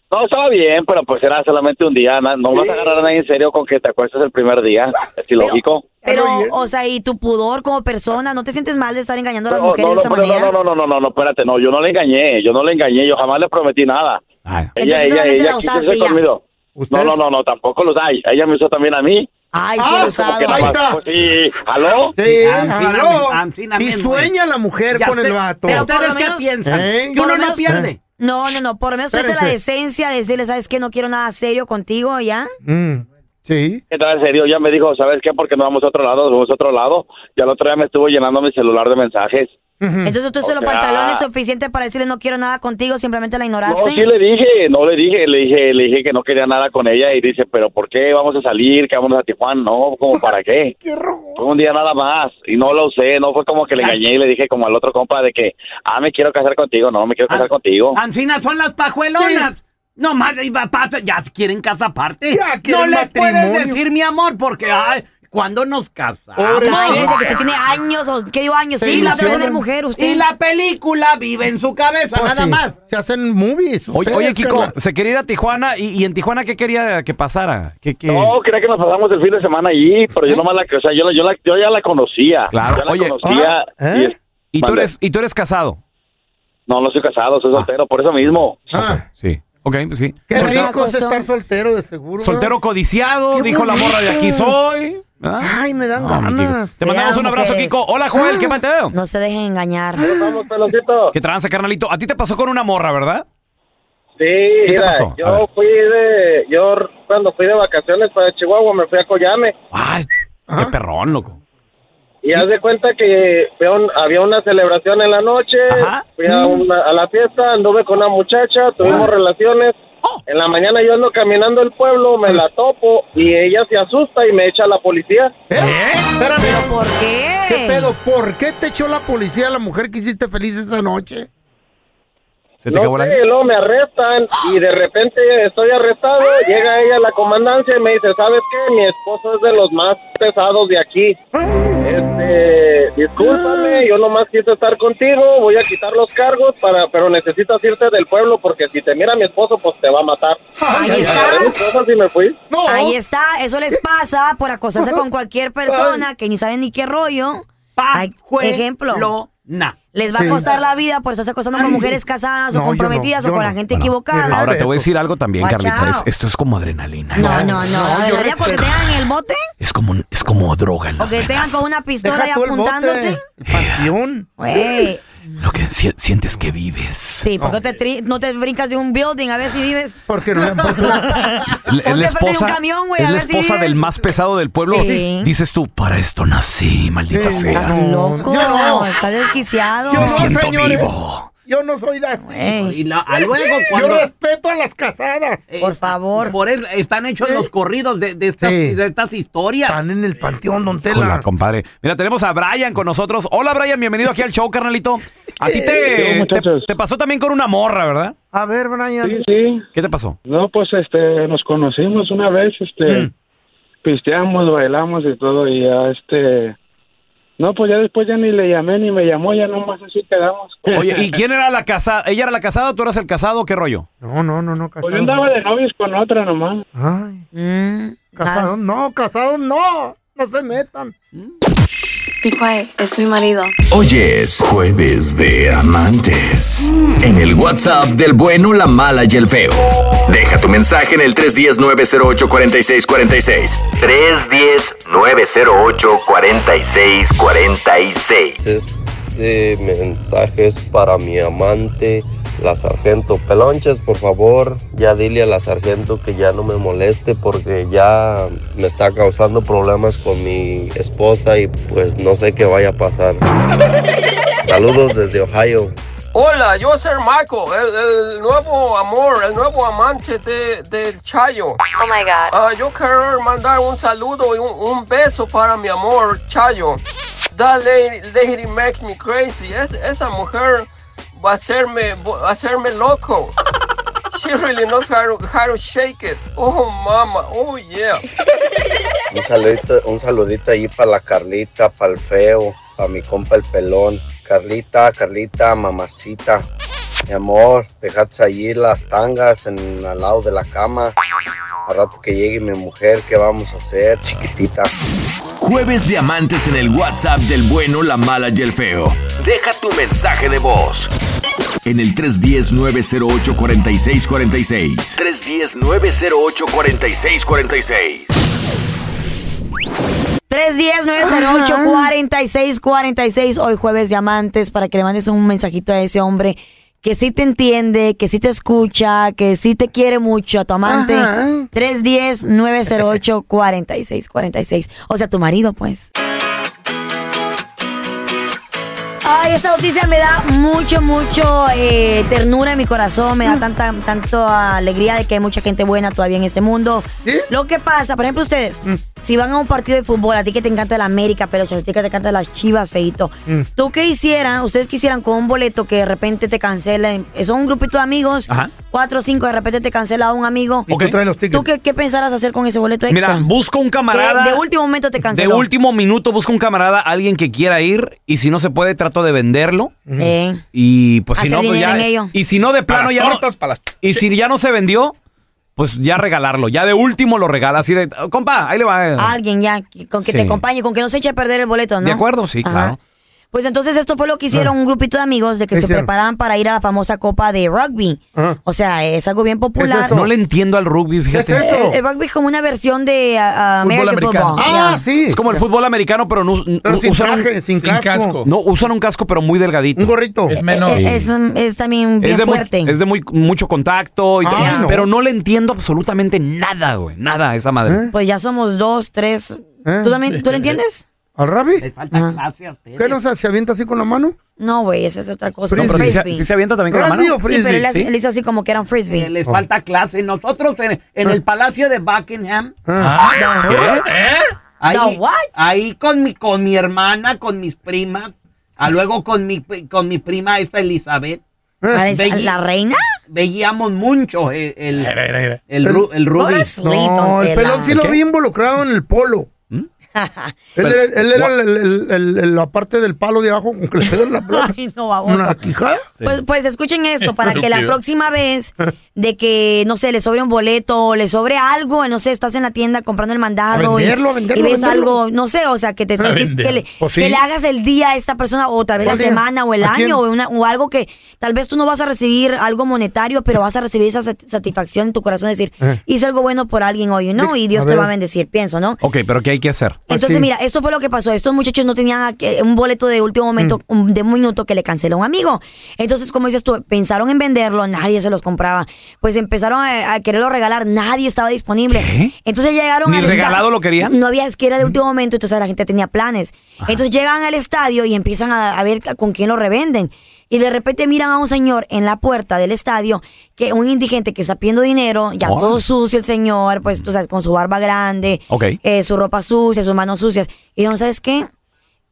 Speaker 27: No, estaba bien, pero pues era solamente un día, na- no vas a agarrar a nadie en serio con que te acuestes el primer día, es ilógico.
Speaker 12: Pero, o sea, y tu pudor como persona, ¿no te sientes mal de estar engañando a las
Speaker 27: No,
Speaker 12: mujeres
Speaker 27: no,
Speaker 12: de
Speaker 27: no,
Speaker 12: esa
Speaker 27: pero
Speaker 12: manera?
Speaker 27: no, no, no, no, no, no, espérate, no, yo no le engañé, yo no le engañé, yo jamás le prometí nada. Ella,
Speaker 12: Entonces,
Speaker 27: ella,
Speaker 12: solamente
Speaker 27: ella
Speaker 12: la
Speaker 27: quiso
Speaker 12: usaste y
Speaker 27: irse
Speaker 12: ya.
Speaker 27: conmigo. No, no, no, no, tampoco los hay, ella me usó también a mí.
Speaker 12: Ay,
Speaker 27: Ah,
Speaker 12: sí,
Speaker 27: como
Speaker 12: lo usado.
Speaker 27: que nada más, pues, sí, ¿aló?
Speaker 28: Sí,
Speaker 27: Anfinamen,
Speaker 28: aló. Y
Speaker 27: anfinamen,
Speaker 28: sueña la mujer
Speaker 27: Ya
Speaker 28: con el
Speaker 27: usted-
Speaker 28: vato.
Speaker 27: pero
Speaker 12: Por lo menos-
Speaker 28: ¿Eh?
Speaker 12: por lo menos- No, no, no, por lo menos tuviste la
Speaker 27: Espérense.
Speaker 12: decencia de decirle, ¿sabes qué? No quiero nada serio contigo, ¿ya?
Speaker 27: Sí. Entonces, en serio, ya me dijo, ¿sabes qué? Porque no vamos a otro lado, nos vamos a otro lado. Y al otro día me estuvo llenando mi celular de mensajes.
Speaker 6: Hmm.
Speaker 12: Entonces tú
Speaker 27: O
Speaker 12: los
Speaker 27: sea,
Speaker 12: pantalones suficientes para decirle, no quiero nada contigo, simplemente la
Speaker 27: No,
Speaker 12: ignoraste.
Speaker 27: Oh, sí le dije, no le dije, le dije, le dije que no quería nada con ella y dice, pero ¿por qué vamos a salir? Que vamos a Tijuana, no, como para qué. Fue un día nada más y no lo usé, no fue como que le engañé y le dije como al otro compa de que, ah, me quiero casar contigo, no, me quiero casar contigo.
Speaker 8: Ancina son las pajuelonas. No más, y va- pasa- ya quieren casa aparte.
Speaker 6: Ya
Speaker 8: no
Speaker 6: quieren
Speaker 8: les puedes
Speaker 6: matrimonio.
Speaker 8: decir mi amor porque, ay, ¿cuándo nos casamos?
Speaker 12: Cállese, que usted tiene años, o- ¿qué digo años?
Speaker 8: Se
Speaker 12: Sí, la debe
Speaker 8: ilusionan.
Speaker 12: ser mujer usted.
Speaker 8: Y la película vive en su cabeza,
Speaker 12: Pues
Speaker 8: nada
Speaker 12: sí.
Speaker 8: más.
Speaker 28: Se hacen movies.
Speaker 6: Oye,
Speaker 28: ustedes,
Speaker 6: oye, Kiko,
Speaker 28: carnal.
Speaker 6: se quería ir a Tijuana y, y en Tijuana, ¿qué quería que pasara? ¿Qué, qué?
Speaker 27: No, quería que nos pasamos el fin de semana allí, pero yo nomás la, o sea, yo, la- yo, la- yo ya la conocía.
Speaker 6: Claro,
Speaker 27: ya la
Speaker 6: oye.
Speaker 27: conocía.
Speaker 6: Ah, ¿eh? ¿Y tú eres- ¿Y tú eres casado? Ah.
Speaker 27: No, no soy casado, soy soltero, por eso mismo.
Speaker 6: Sí. Ok, pues sí.
Speaker 28: Qué
Speaker 6: Soltero-
Speaker 28: rico es estar soltero, de seguro.
Speaker 6: Soltero
Speaker 28: ¿verdad?
Speaker 6: codiciado,
Speaker 28: Qué
Speaker 6: dijo la
Speaker 28: bonito.
Speaker 6: morra de aquí soy.
Speaker 28: Ay, me dan
Speaker 6: Ah. No, mi Kiko.
Speaker 28: ganas.
Speaker 6: Te mandamos un abrazo, Kiko. Hola, Joel, ¿qué mateo?
Speaker 12: Ah, No se dejen engañar.
Speaker 6: ¿Qué tranza, carnalito? A ti te pasó con una morra, ¿verdad?
Speaker 13: Sí,
Speaker 6: te
Speaker 13: mira,
Speaker 6: pasó? A
Speaker 13: yo fui de, yo r- cuando fui de vacaciones para Chihuahua me fui a Coyame
Speaker 6: Qué perrón, loco.
Speaker 13: y haz de cuenta que fui a un- había una celebración en la noche, fui a,
Speaker 6: Mm.
Speaker 13: una- a la fiesta, anduve con una muchacha,
Speaker 6: Ah.
Speaker 13: tuvimos relaciones,
Speaker 6: Oh.
Speaker 13: en la mañana yo ando caminando el pueblo,
Speaker 6: Ah.
Speaker 13: me la topo y ella se asusta y me echa a la policía.
Speaker 28: Espérame.
Speaker 12: por qué?
Speaker 28: ¿Qué pedo? ¿Por qué te echó la policía a la mujer que hiciste feliz esa noche?
Speaker 6: ¿Se te
Speaker 13: no
Speaker 6: acabó el
Speaker 13: sé,
Speaker 6: año?
Speaker 13: luego me arrestan y de repente estoy arrestado, llega ella a la comandancia y me dice, ¿sabes qué? Mi esposo es de los más pesados de aquí. Este, discúlpame, yo nomás quise estar contigo, voy a quitar los cargos, para, pero necesitas irte del pueblo porque si te mira mi esposo, pues te va a matar. Ahí está. y me fui.
Speaker 12: Ahí está, eso les pasa por acosarse con cualquier persona que ni saben ni qué rollo. Ay, ejemplo.
Speaker 8: Na.
Speaker 12: Les va a
Speaker 6: Sí.
Speaker 12: costar la vida por estarse acosando con mujeres casadas o
Speaker 6: No, yo no,
Speaker 12: comprometidas
Speaker 6: yo
Speaker 12: o con
Speaker 6: no.
Speaker 12: la gente
Speaker 6: Bueno,
Speaker 12: equivocada.
Speaker 6: Ahora te voy a decir algo también,
Speaker 12: Watch
Speaker 6: Carlita. Es-
Speaker 12: out.
Speaker 6: esto es como adrenalina.
Speaker 12: No, no, no. la
Speaker 6: yo
Speaker 12: verdad, cuando te tengan en el bote
Speaker 6: Es como, un- es como droga en
Speaker 12: o
Speaker 6: las
Speaker 12: que te tengan
Speaker 6: venas.
Speaker 12: con una pistola
Speaker 9: Deja
Speaker 12: y
Speaker 9: tú el bote.
Speaker 12: apuntándote. Güey.
Speaker 6: Lo que si- sientes que vives.
Speaker 12: Sí, ¿por qué te tri- no te brincas de un building a ver si vives?
Speaker 9: Porque no le han puesto
Speaker 12: [laughs] Ponte frente
Speaker 6: L- Es la
Speaker 12: de un
Speaker 6: esposa,
Speaker 12: camión, güey,
Speaker 6: es
Speaker 12: a
Speaker 6: la
Speaker 12: ver si
Speaker 6: esposa
Speaker 12: vives.
Speaker 6: del más pesado del pueblo.
Speaker 12: Sí.
Speaker 6: Dices tú, para esto nací, maldita
Speaker 9: Sí,
Speaker 6: sea.
Speaker 9: estás
Speaker 12: Loco, está desquiciado.
Speaker 6: Me siento vivo.
Speaker 9: Yo no soy de así.
Speaker 12: Eh.
Speaker 8: Y la- a luego,
Speaker 9: Yo
Speaker 8: cuando- Eh,
Speaker 9: respeto a las casadas.
Speaker 12: Por favor.
Speaker 8: Por eso están hechos los corridos de, de estas, de estas historias. Están
Speaker 9: en el panteón, don
Speaker 6: Hola, compadre. Mira, tenemos a Brian con nosotros. Hola, Brian, bienvenido aquí al show, carnalito. A ti
Speaker 4: ¿Qué
Speaker 6: te,
Speaker 4: hubo,
Speaker 6: te, te pasó también con una morra, ¿verdad?
Speaker 9: A ver, Brian.
Speaker 4: Sí, sí.
Speaker 6: ¿Qué te pasó? Mm.
Speaker 4: No, pues este, nos conocimos una vez, este, pisteamos, bailamos y todo, y ya este. No, pues ya después ya ni le llamé ni me llamó, ya nomás así quedamos.
Speaker 6: Oye, ¿y quién era la casada? ¿Ella era la casada o tú eras el casado? ¿Qué rollo?
Speaker 9: No, no, no, no, casado.
Speaker 4: Pues yo andaba de novios con otra nomás.
Speaker 9: Ay. Casados, no, casados, no. No se metan.
Speaker 29: Be quiet, es mi marido.
Speaker 5: Hoy es jueves de amantes. En el WhatsApp del bueno, la mala y el feo. Deja tu mensaje en el 310-908-4646. 310-908-4646.
Speaker 30: Este mensaje es para mi amante, la sargento Pelonches, por favor, ya dile a la sargento que ya no me moleste porque ya me está causando problemas con mi esposa y pues no sé qué vaya a pasar. Saludos desde Ohio. Hola, yo soy Marco, el, el nuevo amor, el nuevo amante de- del Chayo. Oh my God. yo quiero mandar un saludo y un, un beso para mi amor, Chayo. That lady, lady makes me crazy. Es- esa mujer va a hacerme, va a hacerme loco. She really knows how to, how to shake it. Oh, mama. Oh, yeah. Un saludito, un saludito ahí para la Carlita, para el feo, para mi compa el pelón. Carlita, Carlita, mamacita. Mi amor, dejate allí las tangas en al lado de la cama. Al rato que llegue mi mujer, ¿qué vamos a hacer, chiquitita?
Speaker 5: Jueves de amantes en el WhatsApp del bueno, la mala y el feo. Deja tu mensaje de voz. En el 310-908-4646. 310-908-4646.
Speaker 12: 310-908-4646. Hoy jueves diamantes para que le mandes un mensajito a ese hombre que sí te entiende, que sí te escucha, que sí te quiere mucho a tu amante.
Speaker 20: Ajá.
Speaker 12: 310-908-4646. O sea, tu marido, pues. Ay, esta noticia me da mucho, mucho eh, ternura en mi corazón,
Speaker 6: Mm.
Speaker 12: me da tanta, tanto alegría de que hay mucha gente buena todavía en este mundo. Lo que pasa, por ejemplo, ustedes,
Speaker 6: Mm.
Speaker 12: si van a un partido de fútbol, a ti que te encanta la América, pero a ti que te encanta las chivas, feito. ¿Tú qué hicieran? ¿Ustedes quisieran con un boleto que de repente te cancelen? eh, Son un grupito de amigos,
Speaker 6: Ajá.
Speaker 12: cuatro o cinco, de repente te cancela un amigo.
Speaker 6: ¿Y tú Ok. traes los tickets?
Speaker 12: ¿Tú qué, qué pensarás hacer con ese boleto extra?
Speaker 6: Mira, busco un camarada.
Speaker 12: Que de último momento te
Speaker 6: De
Speaker 12: canceló.
Speaker 6: último minuto busco un camarada, alguien que quiera ir y si no se puede trato de venderlo.
Speaker 12: Eh.
Speaker 6: Y pues si
Speaker 12: Hacer
Speaker 6: no pues
Speaker 12: dinero
Speaker 6: ya
Speaker 12: en ello.
Speaker 6: y si no de plano
Speaker 12: las
Speaker 6: ya no- y si ya no se vendió, pues ya regalarlo, ya de último lo regala así de "Oh, compa, ahí le va. eh".
Speaker 12: Alguien ya, que- con que
Speaker 6: Sí.
Speaker 12: te acompañe, con que no se eche a perder el boleto, ¿no?
Speaker 6: ¿De acuerdo? Sí,
Speaker 12: Ajá.
Speaker 6: claro.
Speaker 12: Pues entonces esto fue lo que hicieron
Speaker 6: Ah.
Speaker 12: un grupito de amigos de que
Speaker 6: ¿Qué
Speaker 12: se
Speaker 6: hicieron?
Speaker 12: preparaban para ir a la famosa copa de rugby.
Speaker 9: Ah.
Speaker 12: O sea, es algo bien popular. Eh,
Speaker 6: No le entiendo al rugby, fíjate.
Speaker 12: El, el rugby es como una versión de ah, ah,
Speaker 6: Fútbol
Speaker 12: American
Speaker 6: americano.
Speaker 12: Football.
Speaker 9: Ah,
Speaker 12: Yeah.
Speaker 6: Ah, Es como el fútbol americano, pero no us-
Speaker 12: Pero
Speaker 6: u-
Speaker 12: sin
Speaker 6: usan un-
Speaker 12: traje, sin casco.
Speaker 6: No, usan un casco, pero muy delgadito. Un gorrito.
Speaker 12: Es, Eh, es- es- es también bien
Speaker 6: Es de, mu-
Speaker 12: fuerte.
Speaker 6: es de muy, mucho contacto y
Speaker 12: Ah,
Speaker 6: todo,
Speaker 12: no.
Speaker 6: Pero no le entiendo absolutamente nada, güey. Nada a esa madre.
Speaker 12: Pues ya somos dos, tres.
Speaker 9: Eh.
Speaker 12: ¿Tú, también,
Speaker 6: [laughs]
Speaker 12: ¿Tú lo entiendes?
Speaker 9: ¿Al Rabi? Les
Speaker 8: falta
Speaker 9: ¿Qué no o sea, se avienta así con la mano?
Speaker 12: No, güey, esa es otra cosa.
Speaker 9: No, pero sí se-
Speaker 12: Frisbee.
Speaker 9: sí se avienta también con la Frisbee mano. o
Speaker 12: Sí, pero él,
Speaker 9: frisbee,
Speaker 12: hace-
Speaker 9: ¿sí?
Speaker 12: él hizo así como que eran frisbee.
Speaker 8: Eh, Les falta clase. Nosotros en, en el Palacio de Buckingham.
Speaker 9: Ah.
Speaker 8: Ah,
Speaker 9: ¿Qué?
Speaker 8: ¿eh? Ahí,
Speaker 9: No, what?
Speaker 8: ahí con mi, con Ah, mi hermana, con mis primas, a luego con mi, con mi prima esta Elizabeth.
Speaker 12: Parece- ¿La reina?
Speaker 14: Veíamos mucho
Speaker 8: eh,
Speaker 14: el, el, el, ru- el rubí.
Speaker 9: No, el pelón sí lo vi involucrado en el polo.
Speaker 6: ¿Mm?
Speaker 9: [laughs] Él,
Speaker 6: Pues,
Speaker 9: él- él era el- el- el- el- la parte del palo de abajo con que le pegan la plata.
Speaker 12: Ay, no, babosa.
Speaker 9: ¿Una quijada?
Speaker 12: Pues, pues escuchen esto, para que la
Speaker 9: Estúpido.
Speaker 12: próxima vez de que, no sé, le sobre un boleto o le sobre algo, no sé, estás en la tienda comprando el mandado
Speaker 9: A
Speaker 12: y-
Speaker 9: venderlo, a venderlo,
Speaker 12: y ves
Speaker 9: a venderlo.
Speaker 12: algo, no sé, o sea, que, te,
Speaker 9: A
Speaker 12: que,
Speaker 9: venderlo.
Speaker 12: que le,
Speaker 9: Pues sí.
Speaker 12: que le hagas el día a esta persona o tal vez la
Speaker 9: ¿Cuál día?
Speaker 12: semana o el
Speaker 9: ¿A quién?
Speaker 12: año o, una- o algo que tal vez tú no vas a recibir algo monetario, pero vas a recibir esa sat- satisfacción en tu corazón, decir,
Speaker 6: Eh.
Speaker 12: hice algo bueno por alguien hoy, ¿no? Y Dios
Speaker 6: a
Speaker 12: te
Speaker 6: ver.
Speaker 12: va a bendecir, pienso, ¿no?
Speaker 6: Ok, pero ¿qué hay que hacer?
Speaker 12: Entonces, mira, esto fue lo que pasó. Estos muchachos no tenían aqu- un boleto de último momento, un- de un minuto que le canceló un amigo. Entonces, como dices tú, pensaron en venderlo, nadie se los compraba. Pues empezaron a, a quererlo regalar, nadie estaba disponible.
Speaker 14: ¿Eh?
Speaker 12: Entonces llegaron
Speaker 6: ¿Ni
Speaker 12: al esta-
Speaker 6: regalado lo querían?
Speaker 12: No había, es que era de último momento, entonces la gente tenía planes. Entonces llegan al estadio y empiezan a, a ver con quién lo revenden. Y de repente miran a un señor en la puerta del estadio, que un indigente que está pidiendo dinero, ya
Speaker 6: Órale.
Speaker 12: todo sucio el señor, pues tú sabes, con su barba grande,
Speaker 6: Ok.
Speaker 12: eh, su ropa sucia, sus manos sucias. Y dijeron, ¿sabes qué?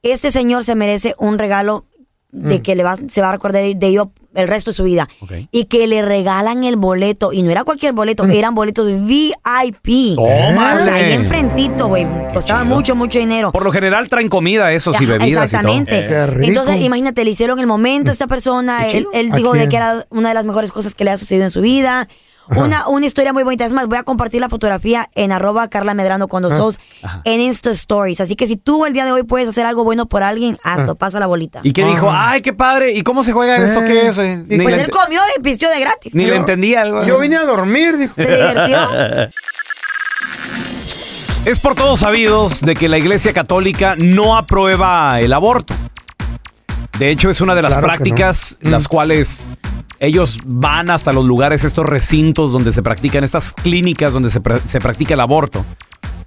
Speaker 12: Este señor se merece un regalo de
Speaker 18: Mm.
Speaker 12: que le va, se va a recordar de ello el resto de su vida. Y que le regalan el boleto. Y no era cualquier boleto,
Speaker 6: Mm.
Speaker 12: eran boletos VIP.
Speaker 6: Tómale.
Speaker 12: O sea, ahí enfrentito, güey. Costaba mucho, mucho dinero.
Speaker 6: Por lo general traen comida, esos Pues, y
Speaker 12: Ajá,
Speaker 6: bebidas
Speaker 12: Exactamente.
Speaker 6: y todo.
Speaker 12: Entonces, imagínate, le hicieron el momento a esta persona. Él, él
Speaker 6: ¿A
Speaker 12: dijo de
Speaker 6: quién?
Speaker 12: que era una de las mejores cosas que le ha sucedido en su vida.
Speaker 6: Ajá.
Speaker 12: Una, una historia muy bonita. Es más, voy a compartir la fotografía en arroba Carla Medrano con dos
Speaker 6: Ah.
Speaker 12: O's en Insta Stories. Así que si tú el día de hoy puedes hacer algo bueno por alguien, hazlo,
Speaker 6: Ah.
Speaker 12: pasa la bolita.
Speaker 6: ¿Y qué dijo? ¡Ay, qué padre! ¿Y cómo se juega esto? ¿Qué es? eh? Ni
Speaker 12: pues
Speaker 6: le
Speaker 12: él
Speaker 6: ent-
Speaker 12: comió y pistió de gratis.
Speaker 6: Ni le entendía algo.
Speaker 9: Yo vine a dormir,
Speaker 12: [laughs]
Speaker 9: dijo.
Speaker 12: Se divirtió.
Speaker 6: Es por todos sabidos de que la Iglesia Católica no aprueba el aborto. De hecho, es una de las
Speaker 14: Claro que no. Mm.
Speaker 6: prácticas las cuales ellos van hasta los lugares, estos recintos donde se practican, estas clínicas donde se, pra- se practica el aborto.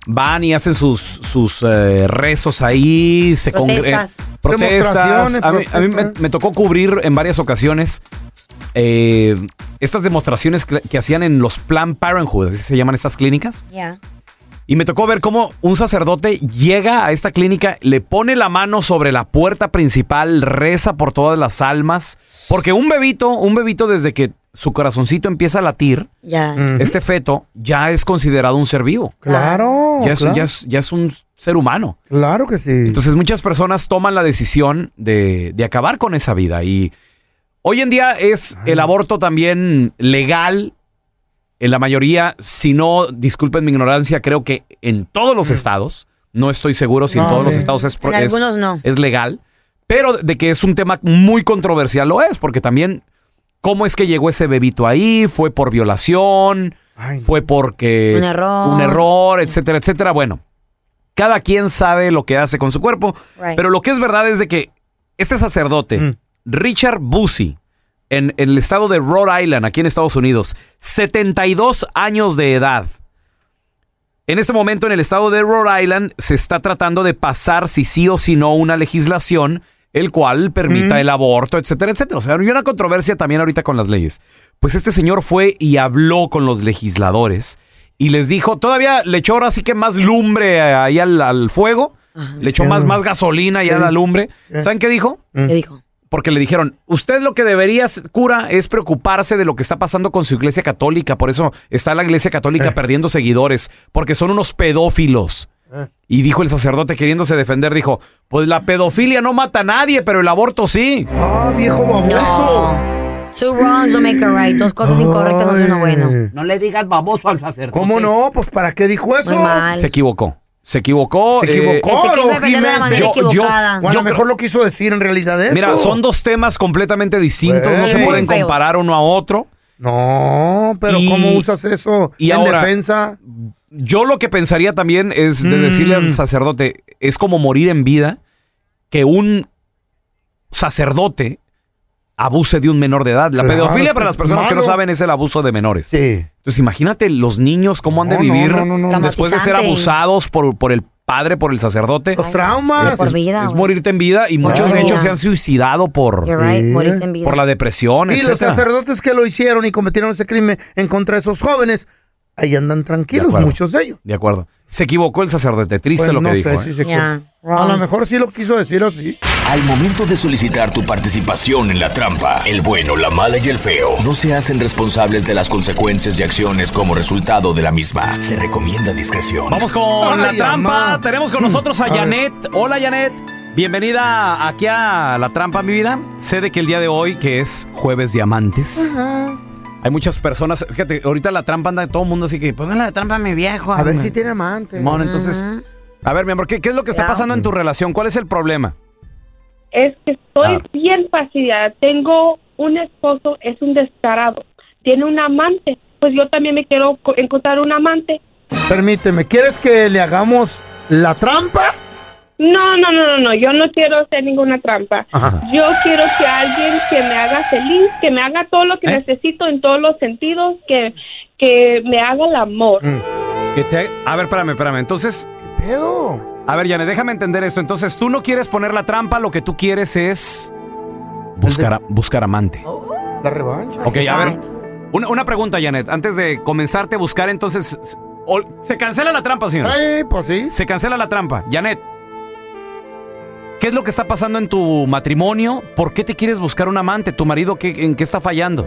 Speaker 6: Van y hacen sus, sus eh, rezos ahí, se congre-
Speaker 14: Protestas.
Speaker 6: eh, protestas.
Speaker 14: Demostraciones,
Speaker 6: A mí, a mí me, me tocó cubrir en varias ocasiones eh, estas demostraciones que, que hacían en los Plan Parenthood, así se llaman estas clínicas.
Speaker 12: Ya.
Speaker 6: Y me tocó ver cómo un sacerdote llega a esta clínica, le pone la mano sobre la puerta principal, reza por todas las almas, porque un bebito, un bebito desde que su corazoncito empieza a latir,
Speaker 12: Ya.
Speaker 6: este feto ya es considerado un ser vivo.
Speaker 9: Claro.
Speaker 6: Ya es,
Speaker 9: claro.
Speaker 6: ya es- ya es un ser humano.
Speaker 9: Claro que sí.
Speaker 6: Entonces muchas personas toman la decisión de, de acabar con esa vida y hoy en día es el aborto también legal. En la mayoría, si no, disculpen mi ignorancia, creo que en todos los estados, no estoy seguro si en
Speaker 12: No,
Speaker 6: todos los
Speaker 12: hombre.
Speaker 6: estados es, pro-
Speaker 12: En
Speaker 6: es-
Speaker 12: algunos no.
Speaker 6: es legal, pero de que es un tema muy controversial lo es, porque también cómo es que llegó ese bebito ahí, fue por violación, fue porque
Speaker 12: Un error.
Speaker 6: un error, etcétera, etcétera. Bueno, cada quien sabe lo que hace con su cuerpo,
Speaker 12: Right.
Speaker 6: pero lo que es verdad es de que este sacerdote, Richard Busey, en, en el estado de Rhode Island, aquí en Estados Unidos, 72 años de edad. En este momento en el estado de Rhode Island se está tratando de pasar, si sí o si no, una legislación el cual permita el aborto, etcétera, etcétera. O sea, hay una controversia también ahorita con las leyes. Pues este señor fue y habló con los legisladores y les dijo, todavía le echó ahora sí que más lumbre eh, ahí al, al fuego, le echó más, más gasolina y a la lumbre. ¿Saben qué dijo?
Speaker 9: Mm.
Speaker 12: ¿Qué dijo?
Speaker 6: Porque le dijeron, usted lo que debería, cura, es preocuparse de lo que está pasando con su iglesia católica. Por eso está la iglesia católica perdiendo seguidores, porque son unos pedófilos.
Speaker 9: Eh.
Speaker 6: Y dijo el sacerdote queriéndose defender, dijo, pues la pedofilia no mata a nadie, pero el aborto sí.
Speaker 9: Ah, viejo baboso.
Speaker 12: Two wrongs don't make a right. Dos cosas incorrectas no hacen uno bueno.
Speaker 14: No le digas baboso al sacerdote.
Speaker 9: Mm. ¿Cómo no? Pues ¿para Eh, qué dijo eso?
Speaker 6: Se equivocó. Se equivocó.
Speaker 9: Se
Speaker 6: eh,
Speaker 9: equivocó.
Speaker 12: se quiso
Speaker 9: don
Speaker 12: defender de la
Speaker 9: Jiménez.
Speaker 12: manera
Speaker 6: Yo- yo- equivocada.
Speaker 9: Bueno, a
Speaker 6: yo
Speaker 9: lo mejor lo quiso decir en realidad eso.
Speaker 6: Mira, son dos temas completamente distintos, no se
Speaker 9: Güey.
Speaker 6: pueden
Speaker 9: Feos.
Speaker 6: comparar uno a otro.
Speaker 9: No, pero
Speaker 6: Y-
Speaker 9: ¿cómo usas eso
Speaker 6: y
Speaker 9: en
Speaker 6: ahora-
Speaker 9: defensa?
Speaker 6: Yo lo que pensaría también es de
Speaker 9: Mm.
Speaker 6: decirle al sacerdote, es como morir en vida que un sacerdote abuse de un menor de edad. La
Speaker 14: Claro,
Speaker 6: pedofilia
Speaker 14: está
Speaker 6: para las personas que no
Speaker 14: malo.
Speaker 6: saben es el abuso de menores. Entonces imagínate los niños cómo han de
Speaker 14: No, no,
Speaker 6: vivir
Speaker 14: no, no, no.
Speaker 6: después de ser
Speaker 14: Traumatizante.
Speaker 6: abusados por, por el padre, por el sacerdote. Los
Speaker 9: traumas.
Speaker 6: Es,
Speaker 9: Por
Speaker 6: es-
Speaker 9: vida,
Speaker 6: es
Speaker 9: güey.
Speaker 6: morirte en vida y muchos
Speaker 9: Claro.
Speaker 6: de ellos se han suicidado por,
Speaker 9: You're right, Sí. morirte en vida.
Speaker 6: por la depresión,
Speaker 9: Y los
Speaker 6: etcétera.
Speaker 9: sacerdotes que lo hicieron y cometieron ese crimen en contra de esos jóvenes, ahí andan tranquilos,
Speaker 6: acuerdo.
Speaker 9: muchos de ellos.
Speaker 6: De acuerdo. Se equivocó el sacerdote, triste
Speaker 9: Pues
Speaker 6: lo que
Speaker 9: no
Speaker 6: dijo.
Speaker 9: sé
Speaker 6: ¿eh?
Speaker 9: si se equivocó. A lo mejor sí lo quiso decir así.
Speaker 5: Al momento de solicitar tu participación en la trampa, el bueno, la mala y el feo no se hacen responsables de las consecuencias y acciones como resultado de la misma. Se recomienda discreción.
Speaker 6: Vamos con la
Speaker 5: Ay,
Speaker 6: trampa.
Speaker 5: mamá.
Speaker 6: Tenemos con
Speaker 5: Mm,
Speaker 6: nosotros a,
Speaker 5: a ver.
Speaker 6: Janet. Hola, Janet. Bienvenida aquí a La Trampa, mi vida. Sé de que el día de hoy, que es Jueves Diamantes, hay muchas personas. Fíjate, ahorita la trampa anda todo el mundo así que pongan la trampa a mi viejo.
Speaker 9: A ver
Speaker 6: hombre".
Speaker 9: si tiene amante.
Speaker 6: Simón, entonces.
Speaker 9: Ajá.
Speaker 6: A ver, mi amor, ¿qué, qué es lo que está
Speaker 9: Claro.
Speaker 6: pasando en tu relación? ¿Cuál es el problema?
Speaker 18: Es que
Speaker 9: Ah.
Speaker 18: estoy bien fastidiada. Tengo un esposo, es un descarado. Tiene un amante. Pues yo también me quiero co- encontrar un amante.
Speaker 9: Permíteme, ¿quieres que le hagamos la trampa?
Speaker 18: No, no, no, no, no. Yo no quiero hacer ninguna trampa. Yo quiero que alguien que me haga feliz, que me haga todo
Speaker 9: ¿Eh?
Speaker 18: lo que necesito en todos los sentidos, que, que me haga el amor.
Speaker 6: Que te- A ver, espérame, espérame. Entonces.
Speaker 9: Mm. ¿Qué pedo?
Speaker 6: A ver, Janet, déjame entender esto. Entonces, tú no quieres poner la trampa, lo que tú quieres es buscar, a- buscar amante.
Speaker 9: La revancha.
Speaker 6: Ok, a ver. Una, una pregunta, Janet. Antes de comenzarte a buscar, entonces. s- ol- Se cancela la trampa, señor.
Speaker 9: Ay, pues sí.
Speaker 6: Se cancela la trampa. Janet. ¿Qué es lo que está pasando en tu matrimonio? ¿Por qué te quieres buscar un amante? ¿Tu marido qué- en qué está fallando?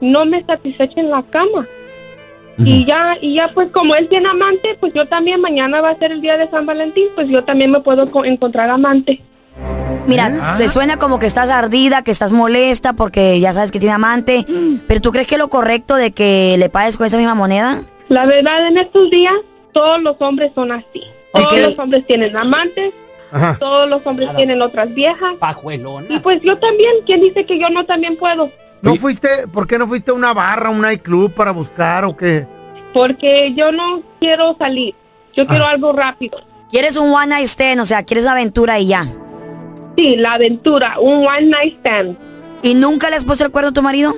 Speaker 18: No me satisfecha en la cama. Y ya, y ya pues como él tiene amante, pues yo también mañana va a ser el día de San Valentín, pues yo también me puedo co- encontrar amante.
Speaker 12: Mira,
Speaker 9: ¿Eh?
Speaker 12: se suena como que estás ardida, que estás molesta porque ya sabes que tiene amante. Pero ¿tú crees que es lo correcto de que le pagues con esa misma moneda?
Speaker 18: La verdad, en estos días todos los hombres son así. Todos los hombres tienen amantes,
Speaker 9: Ajá.
Speaker 18: todos los hombres tienen otras viejas. Y pues yo también, ¿quién dice que yo no también puedo?
Speaker 9: ¿No fuiste, por qué no fuiste a una barra, un nightclub para buscar o qué?
Speaker 18: Porque yo no quiero salir, yo
Speaker 9: Ah.
Speaker 18: quiero algo rápido.
Speaker 12: ¿Quieres un one night stand? O sea, ¿quieres una aventura y ya?
Speaker 18: Sí, la aventura, un one night stand.
Speaker 12: ¿Y nunca le has puesto el cuerno a tu marido?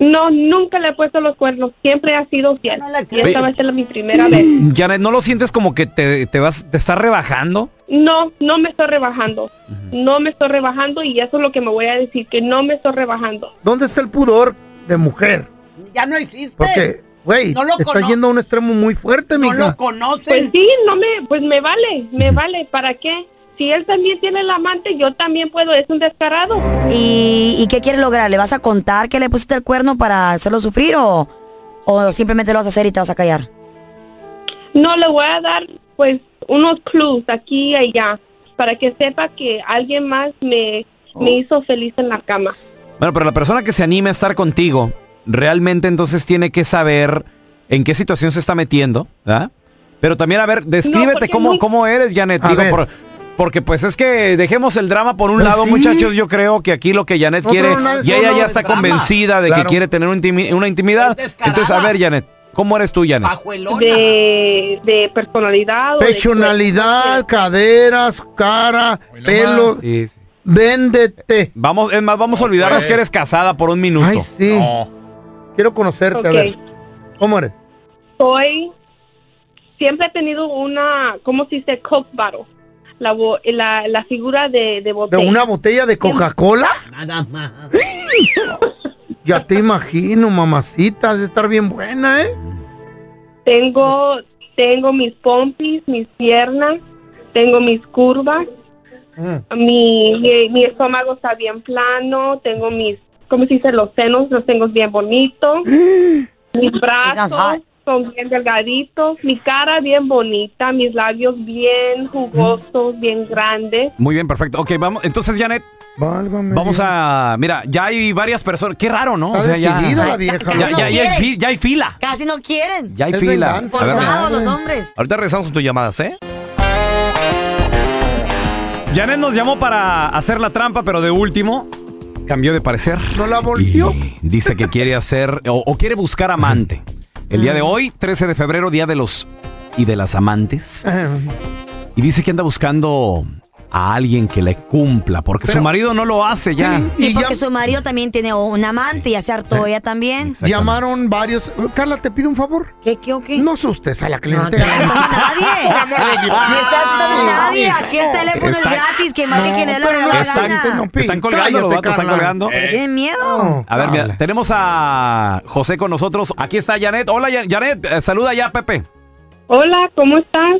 Speaker 18: No, nunca le he puesto los cuernos, siempre ha sido fiel. y esta va a ser mi primera vez.
Speaker 6: Janet, ¿no lo sientes como que te, te vas, te estás rebajando?
Speaker 18: No, no me estoy rebajando. No me estoy rebajando y eso es lo que me voy a decir, que no me estoy rebajando.
Speaker 9: ¿Dónde está el pudor de mujer?
Speaker 18: Ya no existe.
Speaker 9: Porque, güey,
Speaker 18: No lo
Speaker 9: está
Speaker 18: cono-
Speaker 9: yendo a un extremo muy fuerte, mija.
Speaker 18: conocen. Pues sí, no me, pues me vale, me vale. ¿Para qué? Si él también tiene el amante, yo también puedo. Es un descarado.
Speaker 12: ¿Y, y qué quieres lograr? ¿Le vas a contar que le pusiste el cuerno para hacerlo sufrir o, o simplemente lo vas a hacer y te vas a callar?
Speaker 18: No le voy a dar, pues, unos clues aquí y allá para que sepa que alguien más me, me hizo feliz en la cama.
Speaker 6: Bueno, pero la persona que se anime a estar contigo, realmente entonces tiene que saber en qué situación se está metiendo, ¿verdad? Pero también, a ver, descríbete
Speaker 18: porque
Speaker 6: cómo,
Speaker 18: muy-
Speaker 6: cómo eres, Janet.
Speaker 9: A
Speaker 6: Digo,
Speaker 9: ver.
Speaker 6: por- porque pues es que dejemos el drama por un
Speaker 9: Pues
Speaker 6: lado,
Speaker 9: sí.
Speaker 6: muchachos. Yo creo que aquí lo que Janet
Speaker 9: No,
Speaker 6: quiere,
Speaker 9: pero no es
Speaker 6: y ella
Speaker 9: solo
Speaker 6: ya está
Speaker 9: drama.
Speaker 6: convencida de
Speaker 9: Claro.
Speaker 6: que quiere tener un intimi- una intimidad. Entonces, a ver, Janet, ¿cómo eres tú, Janet?
Speaker 18: De, de personalidad. o de
Speaker 9: Pechonalidad, caderas, cara, pelo.
Speaker 6: Sí, sí.
Speaker 9: Véndete.
Speaker 6: Vamos, es más, vamos a olvidarnos
Speaker 9: pues.
Speaker 6: que eres casada por un minuto.
Speaker 9: Ay, sí. Quiero conocerte, a
Speaker 18: Ok.
Speaker 9: ver. ¿Cómo eres?
Speaker 18: soy siempre he tenido una ¿cómo se dice coke bottle la bo- la, la figura de, de
Speaker 9: ¿De
Speaker 18: botella
Speaker 9: una botella de Coca-Cola?
Speaker 18: nada más
Speaker 9: Ya te imagino, mamacita, has de estar bien buena, ¿eh?
Speaker 18: tengo tengo mis pompis mis piernas tengo mis curvas mi, mi, mi estómago está bien plano tengo mis ¿cómo se dice los senos los tengo bien bonitos mis brazos son bien delgaditos mi cara bien bonita mis labios bien jugosos bien grandes
Speaker 6: Muy bien, perfecto. Ok, vamos. Entonces, Janet. Vamos a. Mira, ya hay varias personas. Qué raro, ¿no?
Speaker 9: Está
Speaker 6: ya.
Speaker 9: decidida la vieja,
Speaker 6: Ya,
Speaker 9: ¿no?
Speaker 6: ya- ya hay
Speaker 9: Quiere.
Speaker 6: fi- ya hay fila.
Speaker 12: Casi no quieren.
Speaker 6: Ya hay fila. A ver,
Speaker 12: Forzados los hombres.
Speaker 6: Ahorita regresamos con tus llamadas, ¿eh? Janet nos llamó para hacer la trampa, pero de último cambió de parecer.
Speaker 9: ¿No la volteó?
Speaker 6: Dice que quiere hacer o, o quiere buscar amante. El día de hoy, 13 de febrero, día de los y de las amantes.
Speaker 9: Eh,
Speaker 6: Y dice que anda buscando a alguien que le cumpla, porque su marido no lo hace ya.
Speaker 12: Y porque su marido también tiene un amante y hace harto ella también.
Speaker 9: Llamaron varios. Carla, te pido un favor.
Speaker 12: ¿Qué, qué, o qué?
Speaker 9: No asustes a la clientela.
Speaker 12: ¡Nadie!
Speaker 9: Por amor de Dios.
Speaker 12: ¡No está asustando a nadie!
Speaker 9: No,
Speaker 12: Aquí el teléfono es
Speaker 6: Está-
Speaker 12: gratis, que marque
Speaker 6: No,
Speaker 12: quien le dé
Speaker 6: pero
Speaker 12: la
Speaker 6: no,
Speaker 12: gana.
Speaker 6: están- están colgando, los
Speaker 12: Cállate,
Speaker 6: vatos están
Speaker 12: Carla.
Speaker 6: colgando.
Speaker 12: Pero ¿Tienen miedo?
Speaker 6: A ver, mira, tenemos a José con nosotros. Aquí está Janet. Hola, Ya- Janet. eh, saluda ya, a Pepe.
Speaker 18: Hola, ¿cómo estás?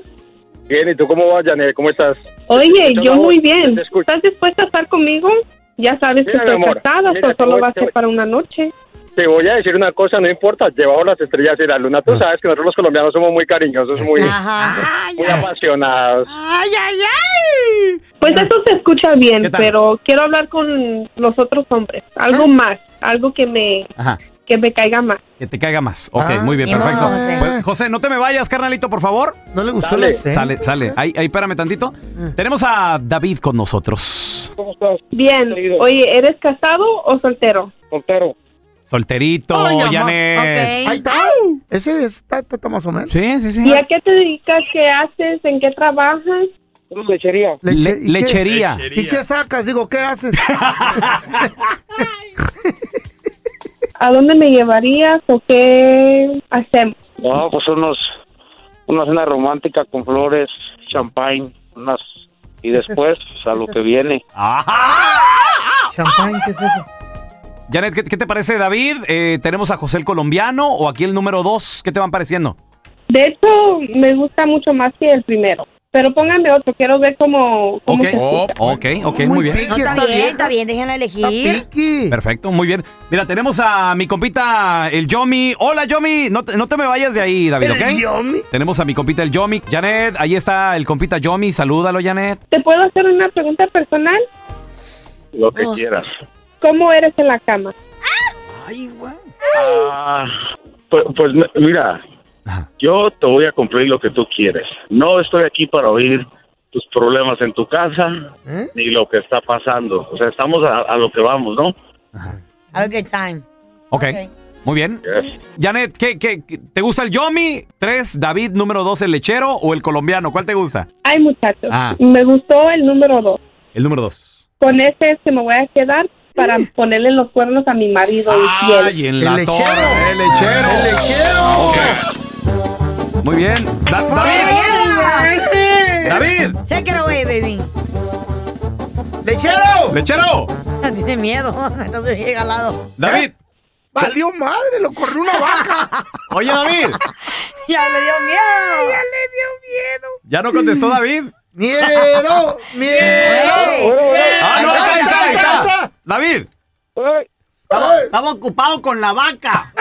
Speaker 19: Bien, ¿y tú cómo vas, Janet? ¿Cómo estás?
Speaker 18: Oye,
Speaker 19: Yo
Speaker 18: yo
Speaker 19: no,
Speaker 18: muy bien.
Speaker 19: te
Speaker 18: ¿Estás dispuesta a estar conmigo? Ya sabes
Speaker 19: Mira,
Speaker 18: que
Speaker 19: mi
Speaker 18: estoy
Speaker 19: amor,
Speaker 18: casada,
Speaker 19: mira,
Speaker 18: pero
Speaker 19: te
Speaker 18: solo
Speaker 19: voy-
Speaker 18: va a
Speaker 19: te
Speaker 18: ser
Speaker 19: voy-
Speaker 18: para una noche.
Speaker 19: Te voy a decir una cosa, no importa, debajo las estrellas y la luna.
Speaker 6: Ah.
Speaker 19: Tú sabes que nosotros los colombianos somos muy cariñosos, muy, muy apasionados.
Speaker 18: ¡Ay, ay, ay! Pues eso se escucha bien, pero quiero hablar con los otros hombres. Algo más, algo que me,
Speaker 6: Ajá.
Speaker 18: que me caiga más.
Speaker 6: Que te caiga más. Ok, muy bien,
Speaker 18: ni modo,
Speaker 6: perfecto.
Speaker 18: José.
Speaker 6: Pues, José, no te me vayas, carnalito, por favor.
Speaker 9: No le
Speaker 19: gustó
Speaker 6: Sale,
Speaker 19: el acento.
Speaker 6: sale, sale. Ahí, ahí, espérame tantito. Tenemos a David con nosotros.
Speaker 18: ¿Cómo estás? Bien. Oye, ¿eres casado o soltero? Soltero.
Speaker 6: Solterito, Janet.
Speaker 9: Ahí está. Ese está, está- está más o menos.
Speaker 6: Sí, sí,
Speaker 18: ¿Y a qué te dedicas? ¿Qué haces? ¿En qué trabajas? Lechería.
Speaker 6: Le- lechería.
Speaker 9: ¿Y qué sacas? Digo, ¿qué haces?
Speaker 18: [laughs] ¿A dónde me llevarías o qué hacemos?
Speaker 31: No, pues unos, una cena romántica con flores, champagne, unas, y después pues, a lo que viene.
Speaker 9: Champagne, ¿qué es eso?
Speaker 6: Janet, ¿qué, qué te parece, David? Eh, ¿Tenemos a José el colombiano o aquí el número dos? ¿Qué te van pareciendo?
Speaker 18: De hecho, me gusta mucho más que el primero. Pero póngame otro, quiero ver cómo... cómo
Speaker 6: Ok,
Speaker 18: se
Speaker 6: oh,
Speaker 18: escucha.
Speaker 6: ok, ok, muy bien.
Speaker 12: No, está bien, está bien, déjenla elegir.
Speaker 6: Perfecto, muy bien. Mira, tenemos a mi compita, el Yomi. Hola, Yomi. No te, no te me vayas de ahí, David, ¿ok?
Speaker 18: ¿El Yomi?
Speaker 6: Tenemos a mi compita, el Yomi. Janet, ahí está el compita Yomi. Salúdalo, Janet.
Speaker 18: ¿Te puedo hacer una pregunta personal?
Speaker 31: Lo que quieras.
Speaker 18: ¿Cómo eres en la cama?
Speaker 31: Ah, pues, pues, mi- mira, yo te voy a cumplir lo que tú quieres. No estoy aquí para oír tus problemas en tu casa ni lo que está pasando. O sea, estamos a, a lo que vamos, ¿no?
Speaker 12: Have a good time.
Speaker 6: Ok. Muy bien. Janet, ¿qué, qué, qué- te gusta el Yomi? Tres, David, número dos, el lechero o el colombiano. ¿Cuál te gusta?
Speaker 18: Ay, muchachos,
Speaker 6: Ah.
Speaker 18: me gustó el número dos.
Speaker 6: El número dos.
Speaker 18: Con ese se me voy a quedar para ponerle los cuernos a mi marido. y fiel.
Speaker 6: Ay, en la torre, el lechero. El lechero. Muy bien. Da- David, David.
Speaker 12: Sé que no voy, baby. [laughs]
Speaker 9: ¡Lechero!
Speaker 6: lechero.
Speaker 12: Tiene miedo, entonces llega al lado.
Speaker 6: David.
Speaker 9: Valió madre, lo corrió una
Speaker 6: [laughs]
Speaker 9: vaca.
Speaker 6: Oye, David.
Speaker 12: [laughs] ¡Ya le dio miedo! ¡Ya le dio
Speaker 6: Ya no contestó David.
Speaker 9: ¡Miedo! ¡Miedo!
Speaker 6: Ah, no, ahí está, ahí
Speaker 14: está.
Speaker 6: está. David.
Speaker 14: Estaba, estaba ocupado con la vaca.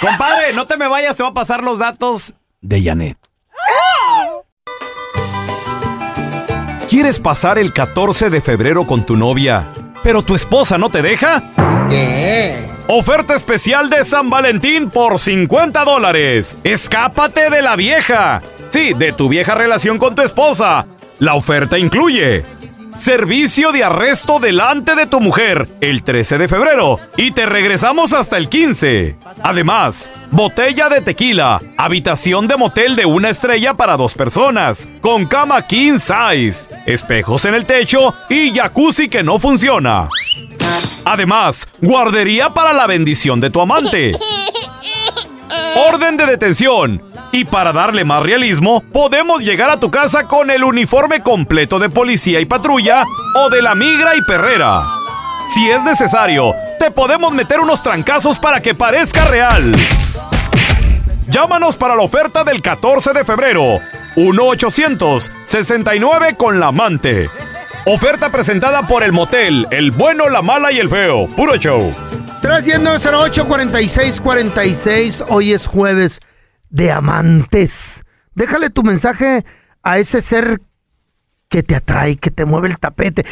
Speaker 6: Compadre, no te me vayas, te va a pasar los datos de Janet. ¿Quieres pasar el 14 de febrero con tu novia, pero tu esposa no te deja? Oferta especial de San Valentín por 50 dólares. Escápate de la vieja. Sí, de tu vieja relación con tu esposa. La oferta incluye servicio de arresto delante de tu mujer el 13 de febrero y te regresamos hasta el 15. Además, botella de tequila, habitación de motel de una estrella para dos personas, con cama king size, espejos en el techo y jacuzzi que no funciona. Además, guardería para la bendición de tu amante. Orden de detención. Y para darle más realismo, podemos llegar a tu casa con el uniforme completo de policía y patrulla o de la migra y perrera. Si es necesario, te podemos meter unos trancazos para que parezca real. Llámanos para la oferta del 14 de febrero. 1-800-69 con la amante. Oferta presentada por el motel El Bueno, la Mala y el Feo. Puro show.
Speaker 9: 319 46 46 Hoy es jueves de amantes. Déjale tu mensaje a ese ser que te atrae, que te mueve el tapete.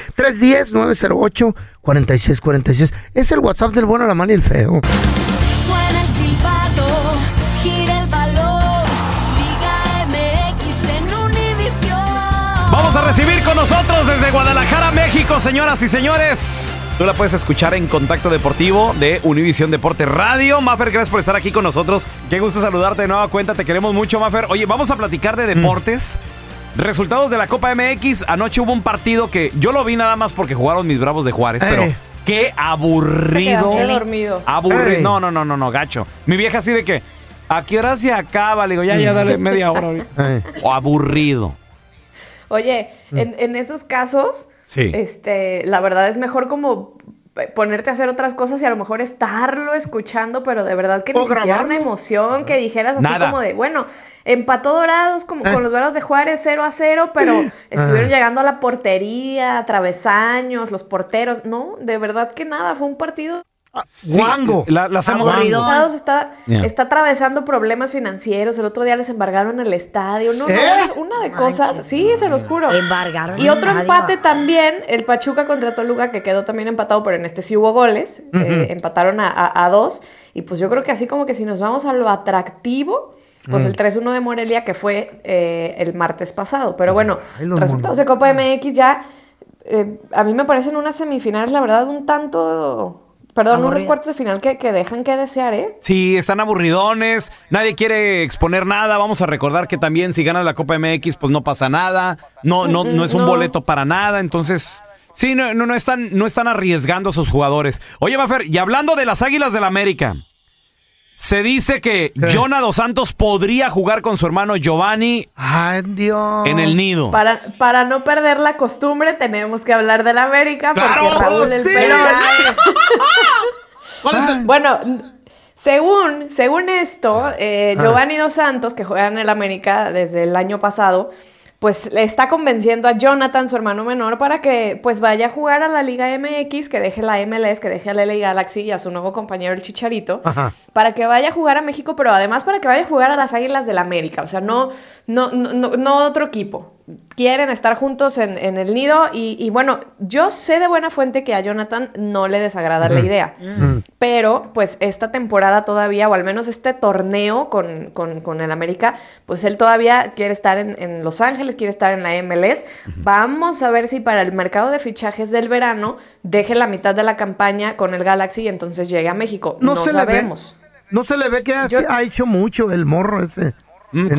Speaker 9: 310-908-4646. Es el WhatsApp del bueno, la mala y el feo.
Speaker 20: Suena el silbato, gira el balón, Liga MX en Univisión.
Speaker 6: Vamos a recibir con nosotros desde Guadalajara, México, señoras y señores. Tú la puedes escuchar en Contacto Deportivo de Univisión Deporte Radio. Mafer, gracias por estar aquí
Speaker 32: Mm.
Speaker 6: con nosotros. Qué gusto saludarte de nueva cuenta. Te queremos mucho, Mafer. Oye, vamos a platicar de deportes. Resultados de la Copa MX. Anoche hubo un partido que yo lo vi nada más porque jugaron mis bravos de Juárez, pero qué aburrido.
Speaker 32: Quedé dormido.
Speaker 6: Aburrido.
Speaker 32: Ey.
Speaker 6: No, no, no, no, no, gacho. Mi vieja así de que, ¿a qué hora se acaba? Le digo, ya, ya, dale media hora. ahorita". O aburrido.
Speaker 32: Oye, en, en esos casos,
Speaker 6: Sí.
Speaker 32: este, la verdad es mejor como p- ponerte a hacer otras cosas y a lo mejor estarlo escuchando, pero de verdad que ni siquiera una emoción que dijeras así
Speaker 17: Nada.
Speaker 32: como de, bueno, empató Dorados como
Speaker 17: Eh.
Speaker 32: con los Dorados de Juárez 0 a 0, pero estuvieron
Speaker 17: Ah.
Speaker 32: llegando a la portería, a travesaños, los porteros, no, de verdad que nada, fue un partido
Speaker 6: Sí, la- las hemos-
Speaker 32: Dorados está,
Speaker 6: Yeah.
Speaker 32: está atravesando problemas financieros. El otro día les embargaron el estadio. No, no,
Speaker 12: ¿Eh?
Speaker 32: una de cosas. Sí, se los juro.
Speaker 12: Embargaron
Speaker 32: Y
Speaker 12: el
Speaker 32: otro
Speaker 12: estadio.
Speaker 32: empate también. El Pachuca contra Toluca, que quedó también empatado, pero en este sí hubo goles.
Speaker 12: Ujú.
Speaker 32: eh, empataron a, a- a dos. Y pues yo creo que así como que si nos vamos a lo atractivo, pues
Speaker 12: Mm.
Speaker 32: el 3-1 de Morelia, que fue eh, el martes pasado. Pero bueno,
Speaker 12: Ay, los
Speaker 32: resultados de Copa MX ya. eh, a mí me parecen unas semifinales, la verdad, un tanto. Perdón, unos
Speaker 6: Aburridas.
Speaker 32: cuartos de final que, que dejan que desear, ¿eh?
Speaker 6: Sí, están aburridones, nadie quiere exponer nada. Vamos a recordar que también si ganas la Copa MX, pues no pasa nada. No, no,
Speaker 32: Mm, mm,
Speaker 6: no es un
Speaker 9: [laughs]
Speaker 32: no.
Speaker 6: boleto para nada. Entonces, sí, no, no, no están, no están arriesgando a sus jugadores. Oye, Mafer, y hablando de las Águilas del América, se dice que Jonah Dos Santos podría jugar con su hermano Giovanni en el nido.
Speaker 32: Para, para no perder la costumbre, tenemos que hablar del América,
Speaker 6: ¡Claro!
Speaker 32: porque Raúl el
Speaker 6: ¡Sí! ¡Ah!
Speaker 32: Pelón- Bueno, según, según esto, eh,
Speaker 17: Ah.
Speaker 32: Giovanni Dos Santos, que juega en el América desde el año pasado, pues le está convenciendo a Jonathan, su hermano menor, para que pues vaya a jugar a la Liga MX, que deje la MLS, que deje a la LA Galaxy y a su nuevo compañero el Chicharito
Speaker 17: Ajá.
Speaker 32: para que vaya a jugar a México, pero además para que vaya a jugar a las Águilas del América. O sea, no, no, no, no- no otro equipo. Quieren estar juntos en, en el nido y, y bueno, yo sé de buena fuente que a Jonathan no le desagrada la
Speaker 6: Mm.
Speaker 17: Ujú.
Speaker 32: idea. Pero, pues, esta temporada todavía, o al menos este torneo con, con- con el América, pues él todavía quiere estar en, en Los Ángeles, quiere estar en la MLS. Vamos a ver si para el mercado de fichajes del verano deje la mitad de la campaña con el Galaxy y entonces llegue a México. No,
Speaker 9: No se le ve.
Speaker 32: sabemos.
Speaker 9: No se le ve que ha, ha hecho mucho el morro ese.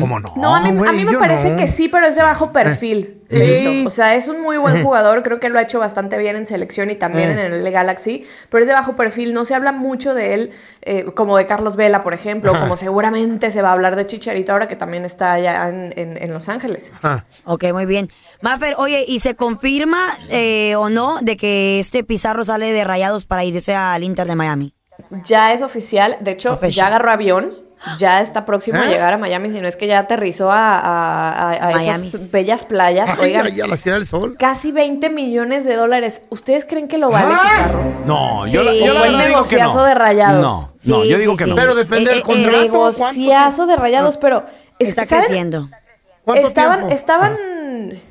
Speaker 6: ¿Cómo
Speaker 32: No, a mí, a
Speaker 9: Ah, güey,
Speaker 32: mí me
Speaker 9: yo
Speaker 32: parece
Speaker 9: no.
Speaker 32: que sí, pero es de bajo perfil.
Speaker 9: Eh.
Speaker 32: Leito. O sea, es un muy buen
Speaker 9: Eh.
Speaker 32: jugador, creo que lo ha hecho bastante bien en selección y también
Speaker 17: Eh.
Speaker 32: en el Galaxy, pero es de bajo perfil, no se habla mucho de él, eh, como de Carlos Vela, por ejemplo,
Speaker 12: Ajá.
Speaker 32: como seguramente se va a hablar de Chicharito ahora que también está allá en, en- en Los Ángeles.
Speaker 9: Ah.
Speaker 12: Ok, muy bien. Maffer, oye, ¿y se confirma eh, o no de que este Pizarro sale de Rayados para irse al Inter de Miami?
Speaker 32: Ya es oficial, de hecho, ya
Speaker 12: Oficial.
Speaker 32: agarró avión, ya está próximo a
Speaker 12: ¿Eh?
Speaker 32: llegar a Miami, si no es que ya aterrizó a, a- a- a
Speaker 9: Miami.
Speaker 32: esas bellas playas.
Speaker 9: Ay,
Speaker 32: Oigan,
Speaker 9: ay, a la ciudad del sol.
Speaker 32: casi 20 millones de dólares, ¿ustedes creen que lo vale Pizarro?
Speaker 6: No, yo, la-
Speaker 32: Sí.
Speaker 6: yo la
Speaker 32: Buen
Speaker 6: verdad digo que
Speaker 32: negociazo
Speaker 6: no.
Speaker 32: de Rayados.
Speaker 6: No, no, yo digo que no.
Speaker 32: Eh, Negociazo de rayados, pero
Speaker 12: Está
Speaker 32: ¿saben?
Speaker 12: creciendo.
Speaker 32: estaban,
Speaker 12: tiempo?
Speaker 32: estaban,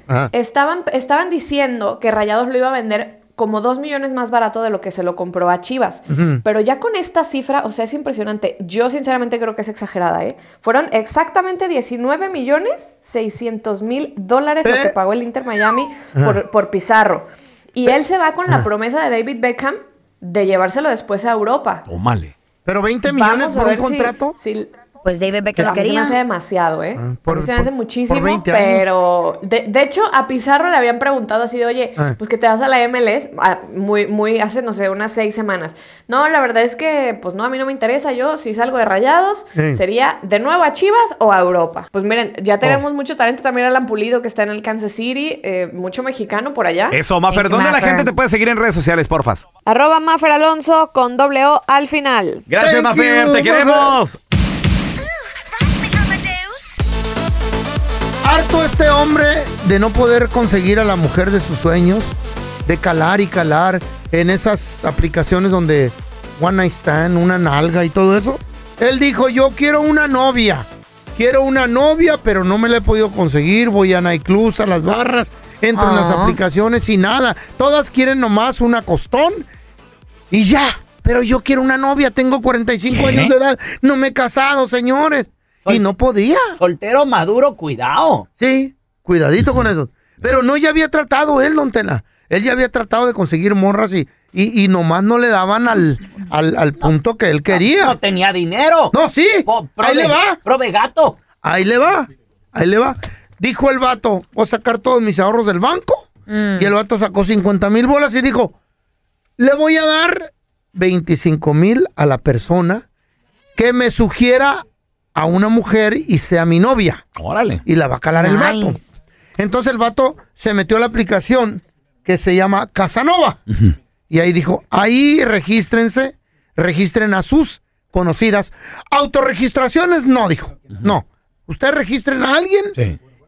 Speaker 12: Ajá.
Speaker 32: estaban, estaban diciendo que Rayados lo iba a vender como dos millones más barato de lo que se lo compró a Chivas.
Speaker 17: Ujú.
Speaker 32: Pero ya con esta cifra, o sea, es impresionante. Yo sinceramente creo que es exagerada, ¿eh? Fueron exactamente 19 millones 600 mil dólares lo que pagó el Inter Miami
Speaker 17: Ajá.
Speaker 32: por, por Pizarro. Y él se va con la
Speaker 6: Ajá.
Speaker 32: promesa de David Beckham de llevárselo después a Europa.
Speaker 6: Tómale.
Speaker 9: Pero 20
Speaker 32: Vamos a ver si- si-
Speaker 12: Pues David Beckham
Speaker 32: a
Speaker 12: lo
Speaker 32: mí se me
Speaker 12: quería.
Speaker 32: hace demasiado, ¿eh?
Speaker 12: Ah, por-
Speaker 32: A mí se me hace
Speaker 12: por-
Speaker 32: muchísimo,
Speaker 12: por 20 años.
Speaker 32: pero... De, de hecho, a Pizarro le habían preguntado así de, oye,
Speaker 12: Ah.
Speaker 32: pues que te vas a la MLS ah, muy, muy, hace, no sé, unas seis semanas. No, la verdad es que, pues no, a mí no me interesa. Yo, si salgo de Rayados,
Speaker 17: Sí.
Speaker 32: sería de nuevo a Chivas o a Europa. Pues miren,
Speaker 12: Oh.
Speaker 32: ya tenemos mucho talento. También Alan Pulido, que está en el Kansas City, eh, mucho mexicano por allá.
Speaker 6: Eso, Mafer, ¿dónde la gente te puede seguir en redes sociales, porfas?
Speaker 32: Arroba Mafer Alonso con doble O al final.
Speaker 6: Gracias, Mafer, te queremos.
Speaker 9: Harto este hombre de no poder conseguir a la mujer de sus sueños, de calar y calar en esas aplicaciones donde one night stand, una nalga y todo eso. Él dijo, yo quiero una novia, quiero una novia, pero no me la he podido conseguir, voy a nightclubs, a las barras, entro en las
Speaker 3: Ah.
Speaker 9: aplicaciones y nada. Todas quieren nomás una costón y ya. Pero yo quiero una novia, tengo 45 años de edad, no me he casado, señores. y no podía.
Speaker 14: Soltero maduro, cuidado.
Speaker 9: Sí, cuidadito con eso. Pero no ya había tratado él, don Tela. Él ya había tratado de conseguir morras y, y, y nomás no le daban al, al, al punto que él quería.
Speaker 14: No tenía dinero.
Speaker 9: No, sí.
Speaker 14: Po-
Speaker 9: Ahí
Speaker 14: prove-
Speaker 9: le va.
Speaker 14: Prove gato.
Speaker 9: Ahí le va. Ahí le va. Dijo el vato, voy a sacar todos mis ahorros del banco. Y el vato sacó 50 mil bolas y dijo, le voy a dar 25 mil a la persona que me sugiera a una mujer y sea mi novia.
Speaker 6: Órale.
Speaker 9: Y la va a calar el vato. Entonces el vato se metió a la aplicación que se llama Casanova. Y ahí dijo, ahí regístrense, registren a sus conocidas. Autoregistraciones, no, dijo. No. Usted registren a alguien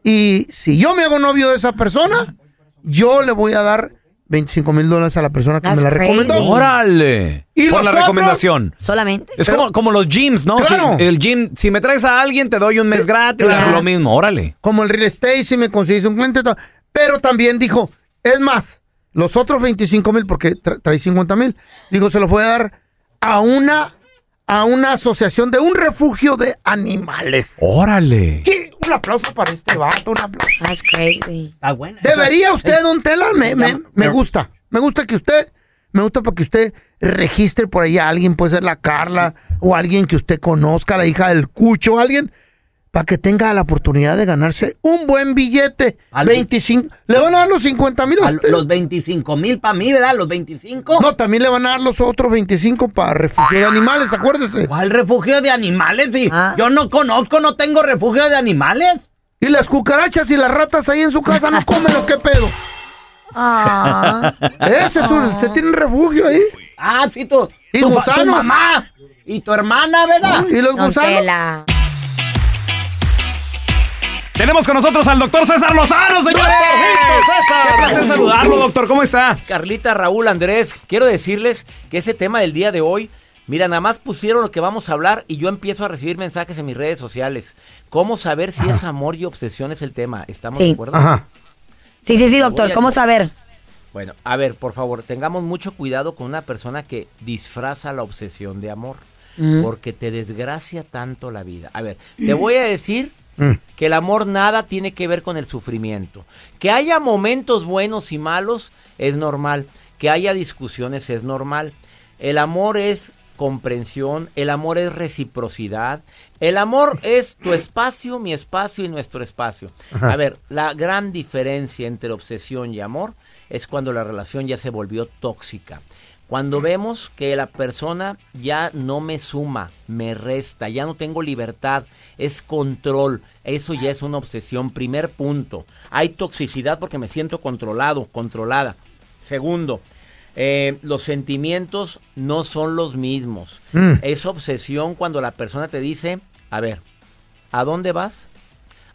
Speaker 9: y si yo me hago novio de esa persona, yo le voy a dar 25 mil dólares a la persona que me la recomendó.
Speaker 6: Órale.
Speaker 9: ¿Y
Speaker 6: Por
Speaker 9: los
Speaker 6: la
Speaker 9: otros?
Speaker 6: recomendación.
Speaker 12: Solamente.
Speaker 6: Es como, como los gyms, ¿no?
Speaker 9: Claro.
Speaker 6: Si- el gym, si me traes a alguien, te doy un mes gratis.
Speaker 9: Claro.
Speaker 6: Es lo mismo, órale.
Speaker 9: como el real estate, si me consigues un cliente. ta- Pero también dijo, es más, los otros 25 mil, porque tra- trae 50 mil, dijo, se los voy a dar a una, a una asociación de un refugio de animales. [laughs]
Speaker 6: Órale.
Speaker 9: ¿Qué? Un aplauso para este vato, un aplauso.
Speaker 12: That's crazy.
Speaker 14: Está buena.
Speaker 9: Debería usted, don Tela, me, me- me gusta. Me gusta que usted, me gusta para que usted registre por ahí a alguien, puede ser la Carla, o alguien que usted conozca, la hija del Cucho, alguien, para que tenga la oportunidad de ganarse un buen billete. 25, le van a dar los 50 mil.
Speaker 14: Los 25 mil para mí, ¿verdad? Los 25.
Speaker 9: No, también le van a dar los otros 25 para refugio de animales, acuérdese.
Speaker 14: ¿Cuál refugio de animales? Sí, Yo no conozco, no tengo refugio de animales.
Speaker 9: Y las cucarachas y las ratas ahí en su casa no comen lo que pedo.
Speaker 14: Ah.
Speaker 9: Ese es un,
Speaker 12: Ah.
Speaker 9: usted tiene un refugio ahí.
Speaker 14: Ah, sí, tú.
Speaker 9: Y
Speaker 14: tu, fa- tu
Speaker 9: gusanos.
Speaker 14: mamá y tu hermana, ¿verdad?
Speaker 9: Y los
Speaker 14: Don
Speaker 9: gusanos.
Speaker 14: Tela.
Speaker 6: Tenemos con nosotros al doctor César Lozano, señores. Qué placer saludarlo, doctor. ¿Cómo está?
Speaker 24: Carlita, Raúl, Andrés, quiero decirles que ese tema del día de hoy, mira, nada más pusieron lo que vamos a hablar y yo empiezo a recibir mensajes en mis redes sociales. ¿Cómo saber si es amor y obsesión es el tema? ¿Estamos
Speaker 12: Sí.
Speaker 24: de acuerdo?
Speaker 12: Ajá. Sí, sí, sí, doctor.
Speaker 24: Voy a-
Speaker 12: ¿Cómo saber?
Speaker 24: Bueno, a ver, por favor, tengamos mucho cuidado con una persona que disfraza la obsesión de amor,
Speaker 12: Mm.
Speaker 24: porque te desgracia tanto la vida. A ver, te voy a decir
Speaker 9: Mm.
Speaker 24: que el amor nada tiene que ver con el sufrimiento. Que haya momentos buenos y malos es normal. Que haya discusiones es normal. El amor es comprensión, el amor es reciprocidad, el amor es tu espacio, mi espacio y nuestro espacio.
Speaker 17: Ajá.
Speaker 24: A ver, la gran diferencia entre obsesión y amor es cuando la relación ya se volvió tóxica. Cuando vemos que la persona ya no me suma, me resta, ya no tengo libertad, es control, eso ya es una obsesión. Primer punto, hay toxicidad porque me siento controlado, controlada. Segundo, eh, los sentimientos no son los mismos.
Speaker 2: Mm.
Speaker 24: Es obsesión cuando la persona te dice, a ver, ¿a dónde vas?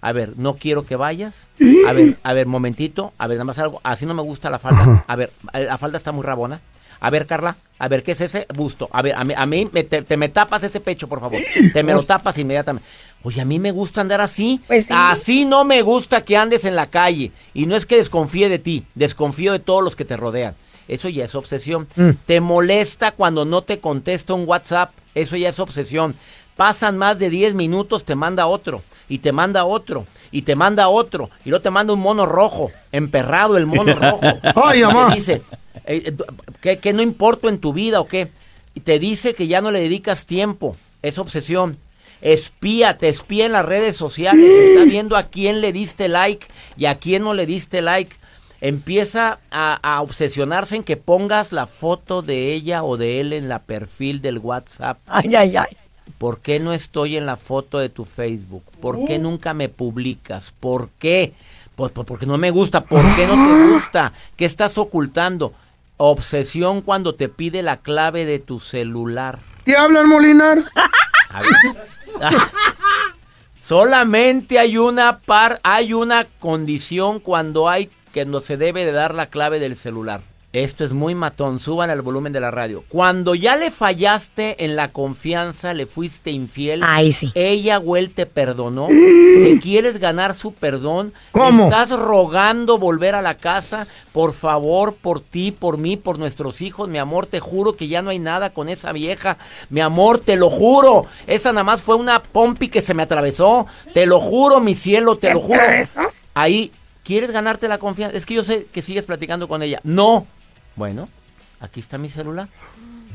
Speaker 24: A ver, no quiero que vayas. A ver, a ver, momentito. A ver, nada más algo. Así no me gusta la falda. A ver, eh, la falda está muy rabona. A ver, Carla, a ver, ¿qué es ese busto? A ver, a mí, a mí me, te, te me tapas ese pecho, por favor. Te me lo tapas inmediatamente. Oye, a mí me gusta andar así. Así no me gusta que andes en la calle. Y no es que desconfíe de ti, desconfío de todos los que te rodean. Eso ya es obsesión.
Speaker 17: Mm.
Speaker 24: Te molesta cuando no te contesta un WhatsApp. Eso ya es obsesión. Pasan más de 10 minutos, te manda otro, y te manda otro, y te manda otro, y luego te manda un mono rojo, emperrado el mono rojo.
Speaker 9: Ay,
Speaker 24: Y te
Speaker 9: mamá.
Speaker 24: dice, eh, eh, ¿qué, qué no importo en tu vida o qué? Y te dice que ya no le dedicas tiempo. Es obsesión. Espía, te espía en las redes sociales. Está viendo a quién le diste like y a quién no le diste like. Empieza a, a obsesionarse en que pongas la foto de ella o de él en la perfil del WhatsApp.
Speaker 12: Ay, ay, ay.
Speaker 24: ¿Por qué no estoy en la foto de tu Facebook? ¿Por qué
Speaker 12: Uh.
Speaker 24: nunca me publicas? ¿Por qué? Pues, pues, porque no me gusta. ¿Por qué no te gusta? ¿Qué estás ocultando? Obsesión cuando te pide la clave de tu celular.
Speaker 9: ¿Te hablan, Molinar?
Speaker 24: A ver. Ah. Solamente hay una par, hay una condición cuando hay que no se debe de dar la clave del celular. Esto es muy matón, suban al volumen de la radio. Cuando ya le fallaste en la confianza, le fuiste infiel. Ella o él te perdonó. te quieres ganar su perdón.
Speaker 9: ¿Cómo?
Speaker 24: Estás rogando volver a la casa. Por favor, por ti, por mí, por nuestros hijos. Mi amor, te juro que ya no hay nada con esa vieja. Mi amor, te lo juro. Esa nada más fue una pompi que se me atravesó. Te lo juro, mi cielo, te lo juro. Ahí, ¿quieres ganarte la confianza? Es que yo sé que sigues platicando con ella. No. Bueno, aquí está mi celular.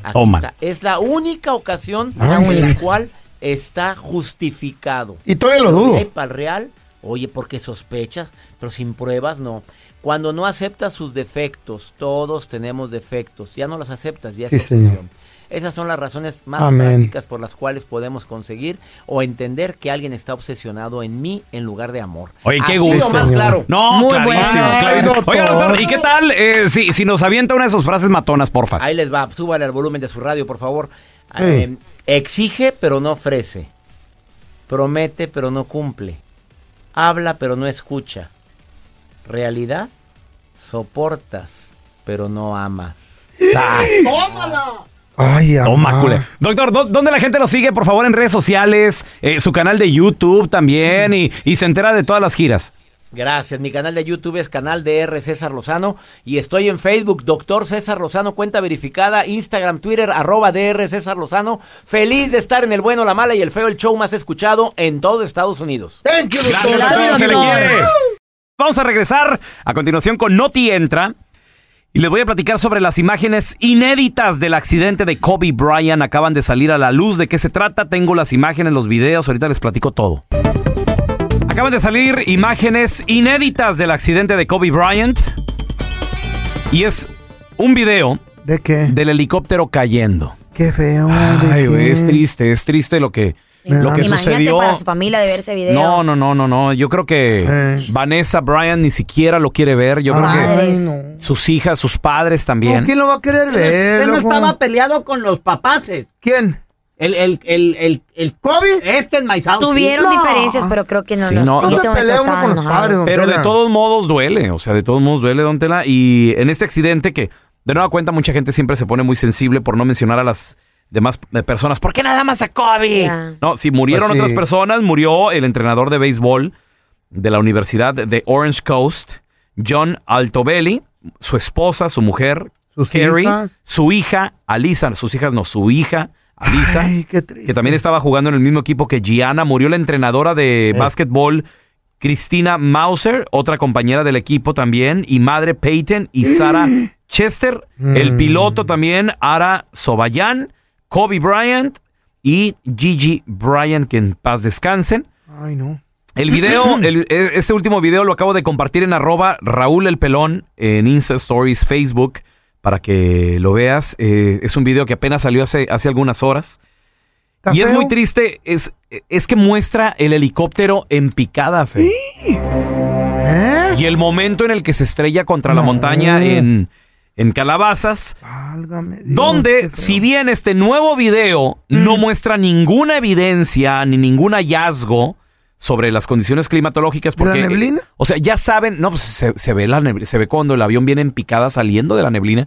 Speaker 24: Aquí
Speaker 6: Toma.
Speaker 24: está. Es la única ocasión
Speaker 6: Ah,
Speaker 24: en
Speaker 6: mira.
Speaker 24: la cual está justificado.
Speaker 9: Y todavía lo dudo.
Speaker 24: Para real, Oye, porque sospechas, pero sin pruebas no. Cuando no aceptas sus defectos, todos tenemos defectos, ya no los aceptas, ya es
Speaker 3: Sí,
Speaker 24: obsesión.
Speaker 3: señor.
Speaker 24: Esas son las razones más
Speaker 3: Amén.
Speaker 24: prácticas por las cuales podemos conseguir o entender que alguien está obsesionado en mí en lugar de amor.
Speaker 6: Oye, qué
Speaker 24: Así o
Speaker 6: gusto.
Speaker 24: más claro.
Speaker 6: No,
Speaker 24: Muy
Speaker 6: clarísimo,
Speaker 24: bueno.
Speaker 6: clarísimo. Oiga, doctor, ¿y qué tal eh, si, si nos avienta una de sus frases matonas, porfa?
Speaker 24: Ahí les va, súbale al volumen de su radio, por favor.
Speaker 6: Sí.
Speaker 24: Eh, exige, pero no ofrece. Promete, pero no cumple. Habla, pero no escucha. Realidad, soportas, pero no amas.
Speaker 9: Ay,
Speaker 6: Toma,
Speaker 9: amá.
Speaker 6: culé. Ah,
Speaker 24: Ah.
Speaker 6: Doctor, ¿dó- ¿dónde la gente lo sigue? Por favor, en redes sociales, eh, su canal de YouTube también y, y se entera de todas las giras.
Speaker 24: Gracias. Mi canal de YouTube es canal DR César Lozano y estoy en Facebook, Doctor César Lozano, cuenta verificada, Instagram, Twitter, arroba DR César Lozano. Feliz de estar en el bueno, la mala y el feo, el show más escuchado en todo Estados Unidos.
Speaker 6: Gracias, doctor, se le quiere. Vamos a regresar a continuación con Noti Entra. Y les voy a platicar sobre las imágenes inéditas del accidente de Kobe Bryant. Acaban de salir a la luz. ¿De qué se trata? Tengo las imágenes, los videos. Ahorita les platico todo. Acaban de salir imágenes inéditas del accidente de Kobe Bryant. Y es un video
Speaker 9: ¿De qué?
Speaker 6: del helicóptero cayendo.
Speaker 9: Qué feo. ¿de
Speaker 6: Ay, güey,
Speaker 9: qué?
Speaker 6: es triste, es triste lo que, lo que
Speaker 12: Imagínate
Speaker 6: sucedió.
Speaker 12: para su familia de ver ese video.
Speaker 6: No, no, no, no, no. Yo creo que
Speaker 9: Eh.
Speaker 6: Vanessa Bryan ni siquiera lo quiere ver. Yo creo
Speaker 9: Ay,
Speaker 6: que sus hijas, sus padres también.
Speaker 9: ¿Quién lo va a querer ver?
Speaker 14: Él no
Speaker 9: loco?
Speaker 14: estaba peleado con los papaces.
Speaker 9: ¿Quién?
Speaker 14: El, el, el, el, el
Speaker 9: ¿Kobe?
Speaker 14: Este es Maizao.
Speaker 12: Tuvieron diferencias, pero creo que no.
Speaker 6: Sí,
Speaker 12: no,
Speaker 6: no.
Speaker 12: en
Speaker 6: No
Speaker 12: ese
Speaker 6: se
Speaker 12: momento
Speaker 9: pelea uno
Speaker 12: estaban
Speaker 9: con los
Speaker 12: enojados.
Speaker 9: padres, don
Speaker 6: Pero de
Speaker 9: Tela.
Speaker 6: todos modos duele, o sea, de todos modos duele, don Tela. Y en este accidente que, de nueva cuenta, mucha gente siempre se pone muy sensible por no mencionar a las demás eh, personas. ¿Por qué nada más a Kobe?
Speaker 14: Ya.
Speaker 6: No, si murieron
Speaker 14: Pues sí.
Speaker 6: otras personas, murió el entrenador de béisbol de la Universidad de Orange Coast, John Altobelli, su esposa, su mujer, Carrie,
Speaker 9: hijas.
Speaker 6: su hija, Alisa, sus hijas no, su hija, Alisa, que también estaba jugando en el mismo equipo que Gianna, murió la entrenadora de
Speaker 14: Eh.
Speaker 6: básquetbol. Cristina Mauser, otra compañera del equipo también, y madre Peyton
Speaker 14: [gasps]
Speaker 6: y Sara Chester, el piloto también, Ara Sobayan, Kobe Bryant y Gigi Bryant, que en paz descansen.
Speaker 9: Ay, no. [clears throat]
Speaker 6: El video, el- e- este último video lo acabo de compartir en arroba Raúl El Pelón en Insta Stories Facebook para que lo veas. Eh, es un video que apenas salió hace, hace algunas horas. Y es muy triste, es, eh, es que muestra el helicóptero en picada, Fe. ¿Eh? Y el momento en el que se estrella contra la montaña en, en Calabazas. Donde, si bien este nuevo video
Speaker 9: Mm.
Speaker 6: no muestra ninguna evidencia ni ningún hallazgo sobre las condiciones climatológicas,
Speaker 9: ¿De la
Speaker 6: porque.
Speaker 9: neblina?
Speaker 6: eh, O sea, ya saben, no, pues se, se ve la neb- se ve cuando el avión viene en picada saliendo de la neblina.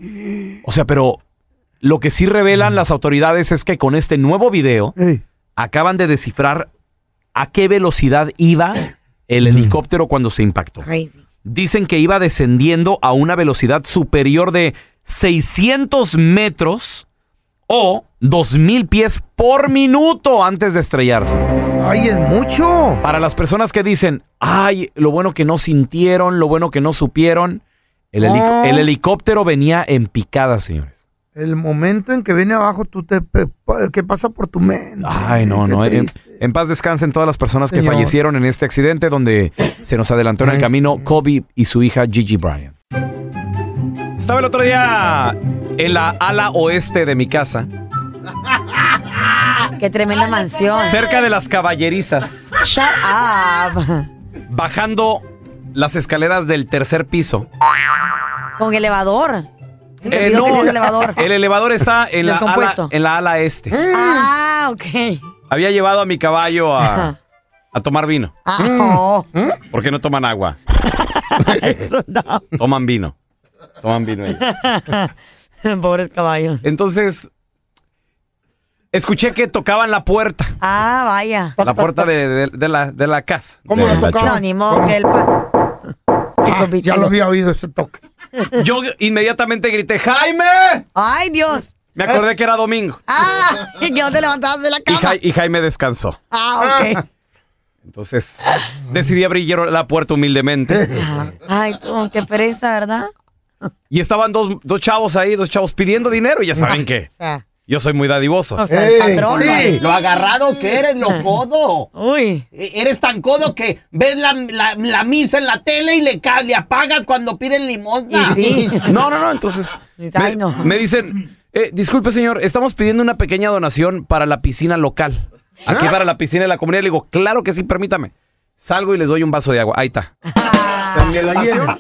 Speaker 6: O sea, pero lo que sí revelan las autoridades es que con este nuevo video acaban de descifrar a qué velocidad iba el helicóptero cuando se impactó. Dicen que iba descendiendo a una velocidad superior de 600 metros o 2000 pies por minuto antes de estrellarse.
Speaker 9: Ay, es mucho.
Speaker 6: Para las personas que dicen, ay, lo bueno que no sintieron, lo bueno que no supieron, el, helico-
Speaker 9: Ah.
Speaker 6: el helicóptero venía en picada, señores.
Speaker 9: El momento en que viene abajo, tú te. pe- pa- ¿Qué pasa por tu mente?
Speaker 6: Ay, no,
Speaker 9: Qué
Speaker 6: no. En,
Speaker 9: triste.
Speaker 6: en paz descansen todas las personas que
Speaker 9: Señor.
Speaker 6: fallecieron en este accidente donde se nos adelantó en el camino Kobe y su hija Gigi Bryant. Estaba el otro día en la ala oeste de mi casa,
Speaker 12: Ah, Qué tremenda mansión.
Speaker 6: cerca de las caballerizas,
Speaker 12: Shut up.
Speaker 6: bajando las escaleras del tercer piso.
Speaker 12: Con elevador. Se te
Speaker 6: Eh,
Speaker 12: olvidó
Speaker 6: no,
Speaker 12: que tienes elevador.
Speaker 6: el elevador está en la, ala,
Speaker 12: Descompuesto.
Speaker 6: en la ala este.
Speaker 12: Ah, ok.
Speaker 6: Había llevado a mi caballo a, a tomar vino.
Speaker 12: Ah, oh.
Speaker 6: Porque ¿Eh? no toman agua. Toman vino. Toman vino. ellos.
Speaker 12: Pobres caballos.
Speaker 6: Entonces, escuché que tocaban la puerta.
Speaker 12: Ah, vaya.
Speaker 6: La puerta de, de- de la, de la casa.
Speaker 12: ¿Cómo
Speaker 6: De la
Speaker 12: No, ni modo que el pa-
Speaker 9: Ah, ya lo había oído ese toque.
Speaker 6: chava. Yo inmediatamente grité, ¡Jaime!
Speaker 12: Ay, Dios.
Speaker 6: Me acordé que era domingo.
Speaker 12: Ah, [laughs] y que no te levantabas de la
Speaker 6: Y,
Speaker 12: cama.
Speaker 6: Ja- y Jaime descansó.
Speaker 12: Ah, ok.
Speaker 6: Entonces, decidí abrir yo la puerta humildemente.
Speaker 12: Ay, tú, qué pereza, ¿verdad?
Speaker 6: Y estaban dos, dos chavos ahí, dos chavos pidiendo dinero. Y ya saben que
Speaker 12: O sea,
Speaker 6: Yo soy muy dadivoso.
Speaker 14: O sea, el Ey, patrón, sí.
Speaker 6: Lo agarrado que eres,
Speaker 14: lo E,
Speaker 6: codo.
Speaker 12: Ah. Uy.
Speaker 14: Eres tan codo que ves la, la- la misa en la tele y le, ca- le apagas cuando piden limosna. [laughs]
Speaker 6: No, no,
Speaker 12: [laughs]
Speaker 6: no, entonces.
Speaker 14: Ay,
Speaker 6: me,
Speaker 14: no.
Speaker 6: me dicen, eh, disculpe, señor, estamos pidiendo una pequeña donación para la piscina local. Aquí para la piscina de la comunidad. Le digo, claro que sí, permítame. Salgo y les doy un vaso de agua. Ahí está.
Speaker 9: También la
Speaker 6: [laughs]
Speaker 9: llena.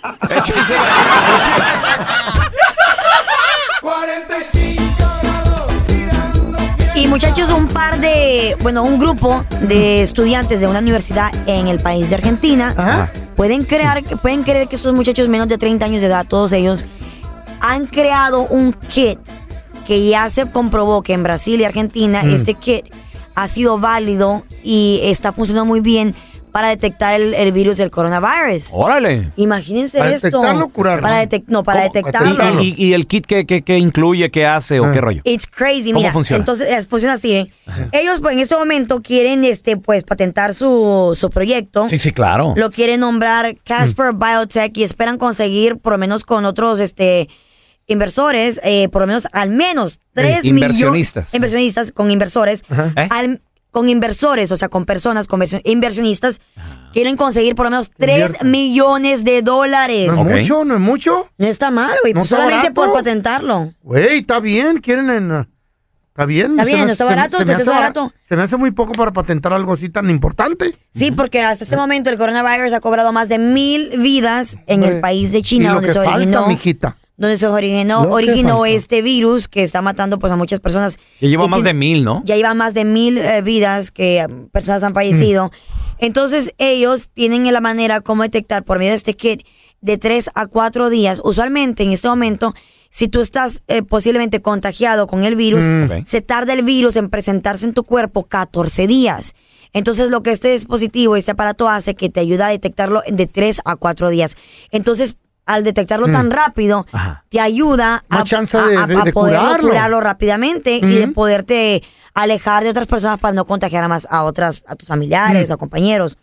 Speaker 20: 45
Speaker 12: Y muchachos, un par de, bueno, un grupo de estudiantes de una universidad en el país de Argentina
Speaker 14: Ah.
Speaker 12: pueden crear, pueden creer que estos muchachos menos de 30 años de edad, todos ellos, han creado un kit que ya se comprobó que en Brasil y Argentina
Speaker 8: Mm.
Speaker 12: este kit ha sido válido y está funcionando muy bien para detectar el, el virus del coronavirus.
Speaker 6: Órale.
Speaker 12: Imagínense
Speaker 6: ¿Para
Speaker 12: esto.
Speaker 6: detectarlo o curarlo?
Speaker 12: Para detec- no, para detectarlo.
Speaker 6: ¿Y, y- y el kit que, que- que incluye, qué hace o qué rollo?
Speaker 12: It's crazy,
Speaker 6: ¿Cómo
Speaker 12: mira.
Speaker 6: funciona?
Speaker 12: Entonces, eh, funciona así, ¿eh? Ellos pues, en este momento quieren este pues patentar su, su proyecto.
Speaker 6: Sí, sí, claro. Mm.
Speaker 12: Lo quieren nombrar Casper Biotech y esperan conseguir por lo menos con otros este inversores, eh, por lo menos al menos 3 millones
Speaker 6: Eh, inversionistas.
Speaker 12: Inversionistas con inversores.
Speaker 6: Ajá. ¿Eh?
Speaker 12: al- con inversores, o sea, con personas, con versio- inversionistas,
Speaker 6: Ah.
Speaker 12: quieren conseguir por lo menos 3
Speaker 9: Invierten.
Speaker 12: millones de dólares.
Speaker 9: ¿No es mucho? ¿No es mucho?
Speaker 12: No está mal, güey. pues,
Speaker 9: ¿No está
Speaker 12: solamente por
Speaker 9: barato?
Speaker 12: patentarlo.
Speaker 9: Güey, está bien, quieren en... uh, Está bien.
Speaker 12: Está
Speaker 9: se
Speaker 12: bien,
Speaker 9: me-
Speaker 12: está
Speaker 9: se me-
Speaker 12: barato,
Speaker 9: se me
Speaker 12: se te
Speaker 9: hace
Speaker 12: hace
Speaker 9: bara-
Speaker 12: barato.
Speaker 9: Se me hace muy poco para patentar algo así tan importante.
Speaker 12: Sí, porque hasta este momento el coronavirus ha cobrado más de mil vidas en el
Speaker 9: Hombre,
Speaker 12: país de
Speaker 9: y
Speaker 12: China,
Speaker 9: lo
Speaker 12: donde
Speaker 9: que
Speaker 12: se
Speaker 9: falta,
Speaker 12: originó,
Speaker 9: mijita.
Speaker 12: donde se originó,
Speaker 6: Lo que
Speaker 12: originó
Speaker 6: falta.
Speaker 12: este virus que está matando pues a muchas personas.
Speaker 6: Ya lleva
Speaker 12: Y
Speaker 6: más
Speaker 12: tiene-
Speaker 6: de mil, ¿no?
Speaker 12: Ya lleva más de mil eh, vidas que eh, personas han fallecido. Entonces ellos tienen la manera como detectar por medio de este kit de tres a cuatro días. Usualmente en este momento, si tú estás eh, posiblemente contagiado con el virus,
Speaker 8: Mm. Ok.
Speaker 12: se tarda el virus en presentarse en tu cuerpo 14 días. Entonces lo que este dispositivo, este aparato hace que te ayuda a detectarlo de 3 a 4 días. Entonces, al detectarlo
Speaker 9: Mm.
Speaker 12: tan rápido, te ayuda
Speaker 9: Más
Speaker 12: a,
Speaker 9: chance
Speaker 12: a-
Speaker 9: de-
Speaker 12: a-
Speaker 9: de-
Speaker 12: a
Speaker 9: de
Speaker 12: poderlo
Speaker 9: curarlo.
Speaker 12: curarlo rápidamente y de
Speaker 9: Ujú.
Speaker 12: poderte alejar de otras personas para no contagiar a más a otras, a tus familiares
Speaker 9: Mm.
Speaker 12: o compañeros.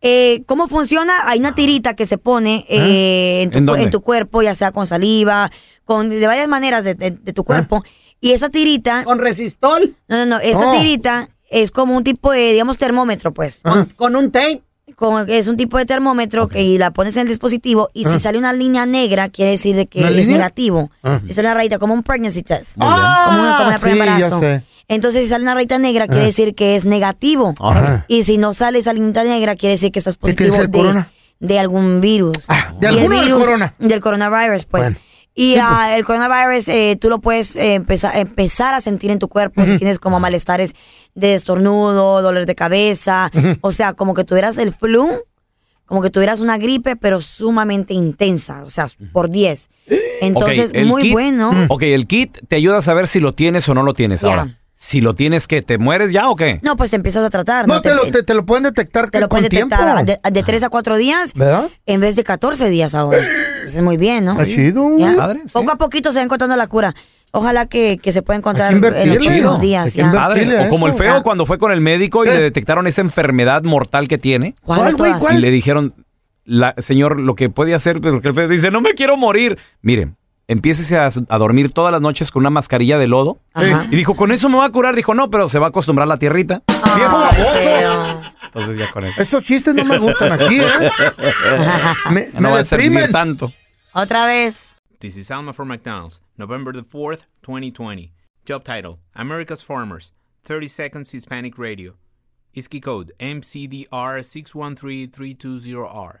Speaker 12: Eh, ¿Cómo funciona? Hay una tirita que se pone eh,
Speaker 8: ¿Ah?
Speaker 12: en, tu,
Speaker 8: ¿En
Speaker 12: cu-
Speaker 8: dónde?
Speaker 12: en tu cuerpo, ya sea con saliva, con de varias maneras de, de- de tu cuerpo. Y esa tirita.
Speaker 14: ¿Con resistol?
Speaker 12: No, no, no. Esa
Speaker 14: Oh.
Speaker 12: tirita es como un tipo de, digamos, termómetro, pues.
Speaker 14: ¿Con, un tape?
Speaker 12: es un tipo de termómetro que y la pones en el dispositivo y si
Speaker 14: Ah.
Speaker 12: sale una línea negra, quiere decir de que
Speaker 14: ¿Una
Speaker 12: es
Speaker 14: línea?
Speaker 12: negativo.
Speaker 14: Ah.
Speaker 12: Si sale una rayita, como un pregnancy test.
Speaker 14: Muy bien.
Speaker 12: Como una, como una prueba
Speaker 14: Ah,
Speaker 12: de
Speaker 14: sí, ya
Speaker 12: embarazo.
Speaker 14: sé.
Speaker 12: Entonces, si sale una rayita negra,
Speaker 9: Ah.
Speaker 12: quiere decir que es negativo.
Speaker 9: Ajá.
Speaker 12: Y si no sale esa línea negra, quiere decir que estás
Speaker 9: ¿Qué quiere
Speaker 12: positivo
Speaker 9: decir
Speaker 12: de,
Speaker 9: corona? Ah,
Speaker 12: de algún virus.
Speaker 9: ¿de
Speaker 12: Y el
Speaker 9: alguno del corona?
Speaker 12: Del coronavirus, pues. Y
Speaker 9: Sí, pues.
Speaker 12: ah, el coronavirus eh, tú lo puedes eh, empezar, empezar a sentir en tu cuerpo si tienes como malestares de estornudo, dolor de cabeza,
Speaker 8: Ujú.
Speaker 12: o sea, como que tuvieras el flu, como que tuvieras una gripe, pero sumamente intensa, o sea, por 10. Entonces,
Speaker 6: Ok, el
Speaker 12: muy
Speaker 6: kit-
Speaker 12: bueno.
Speaker 6: Ok, el kit te ayuda a saber si lo tienes o no lo tienes.
Speaker 12: Ya.
Speaker 6: Ahora, si lo tienes, ¿qué? ¿Te mueres ya o qué?
Speaker 12: No, pues te empiezas a tratar.
Speaker 9: No, te, lo, te, te lo pueden detectar
Speaker 12: te lo
Speaker 9: con
Speaker 12: pueden detectar
Speaker 9: tiempo.
Speaker 12: de, de 3 a 4 días
Speaker 9: ¿Verdad?
Speaker 12: en vez de 14 días ahora. Entonces, muy bien, ¿no?
Speaker 9: Está chido.
Speaker 12: Ya.
Speaker 9: Padre, sí.
Speaker 12: Poco a poquito se va encontrando la cura. Ojalá que, que se pueda encontrar
Speaker 9: Hay
Speaker 12: en
Speaker 9: que
Speaker 12: los
Speaker 9: invertirle.
Speaker 12: próximos días.
Speaker 9: Hay que
Speaker 12: ya.
Speaker 6: Padre, o como el
Speaker 9: Ah.
Speaker 6: feo cuando fue con el médico y
Speaker 9: Eh.
Speaker 6: le detectaron esa enfermedad mortal que tiene.
Speaker 12: ¿Cuál, ¿Cuál, güey, todas? cuál?
Speaker 6: Y le dijeron, la, señor, lo que puede hacer, porque el feo dice, no me quiero morir. Miren, empiece a, a dormir todas las noches con una mascarilla de lodo.
Speaker 9: Eh.
Speaker 12: Ajá.
Speaker 6: Y dijo, con eso me va a curar. Dijo, no, pero se va a acostumbrar la tierrita.
Speaker 9: ¡Viejo
Speaker 13: Ah.
Speaker 9: baboso!
Speaker 6: Entonces ya con eso.
Speaker 9: Esos chistes no me gustan aquí,
Speaker 6: [laughs]
Speaker 9: ¿eh? Me-
Speaker 6: Ya
Speaker 9: me
Speaker 6: no va a servir
Speaker 9: deprimen.
Speaker 6: tanto.
Speaker 12: Otra vez.
Speaker 17: This is Alma from McDonald's, November the 4th, 2020. Job title America's Farmers, 30 Seconds Hispanic Radio. ISKI code MCDR613320R.